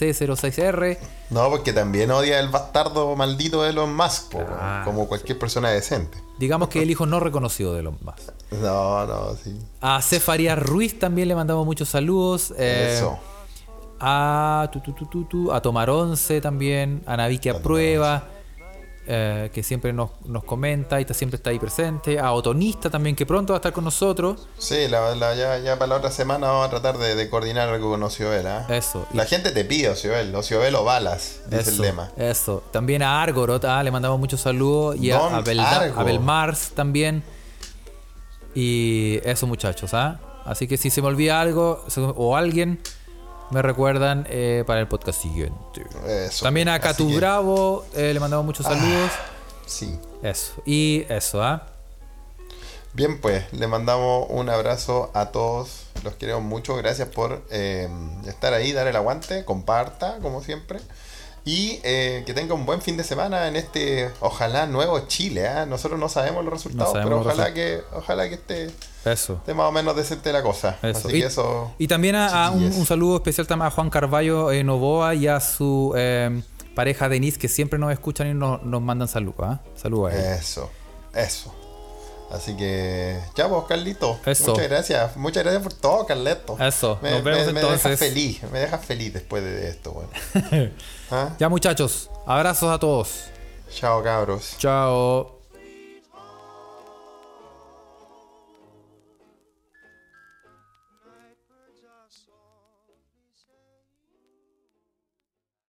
LCDC06R. No, porque también odia el bastardo maldito de Elon Musk, po, weón, Claro, como cualquier persona decente. Digamos que el hijo no reconocido de los más No, no, sí. A Cefaría Ruiz también le mandamos muchos saludos. eh, Eso. A, tu, tu, tu, tu, tu, a Tomar Once también, a Navi que aprueba, eh, que siempre nos, nos comenta y está- siempre está ahí presente. A Otonista también, que pronto va a estar con nosotros. Sí, la, la- ya, ya para la otra semana vamos a tratar de, de coordinar algo con Ociobel, ¿ah? Eso. La gente te pide Ociobel, Ociobel o balas, dice el lema. Eso. También a Argorot, ah, le mandamos muchos saludos. Y a, Don a, Belda- Argo. a Belmars también. Y eso, muchachos, ¿ah? Así que si se me olvida algo se- o alguien, me recuerdan eh, para el podcast siguiente. Eso. también a Así Catu que- Ah. Bravo eh, le mandamos muchos saludos. Sí. Eso. Y eso, ¿ah? Bien, pues, le mandamos un abrazo a todos Los quiero mucho. Gracias por eh, estar ahí, dar el aguante, comparta, como siempre. Y eh, que tenga un buen fin de semana en este, ojalá, nuevo Chile. ¿ah? Nosotros no sabemos los resultados, sabemos pero los ojalá resu- que, ojalá que esté, Eso. esté más o menos decente la cosa. Eso. Así y, que eso. y también a, a un, chiquillos. un saludo especial también a Juan Carballo eh, Novoa y a su eh, pareja Denise, que siempre nos escuchan y nos, nos mandan saludos. ¿ah? Saludos a ellos. Eso, eso. Así que, ya vos, Carlito. Eso. Muchas gracias. Muchas gracias por todo, Carleto. Eso, Me, nos vemos me- me entonces. dejas feliz, me dejas feliz después de esto, bueno. Ya, muchachos, abrazos a todos. Chao, cabros. Chao.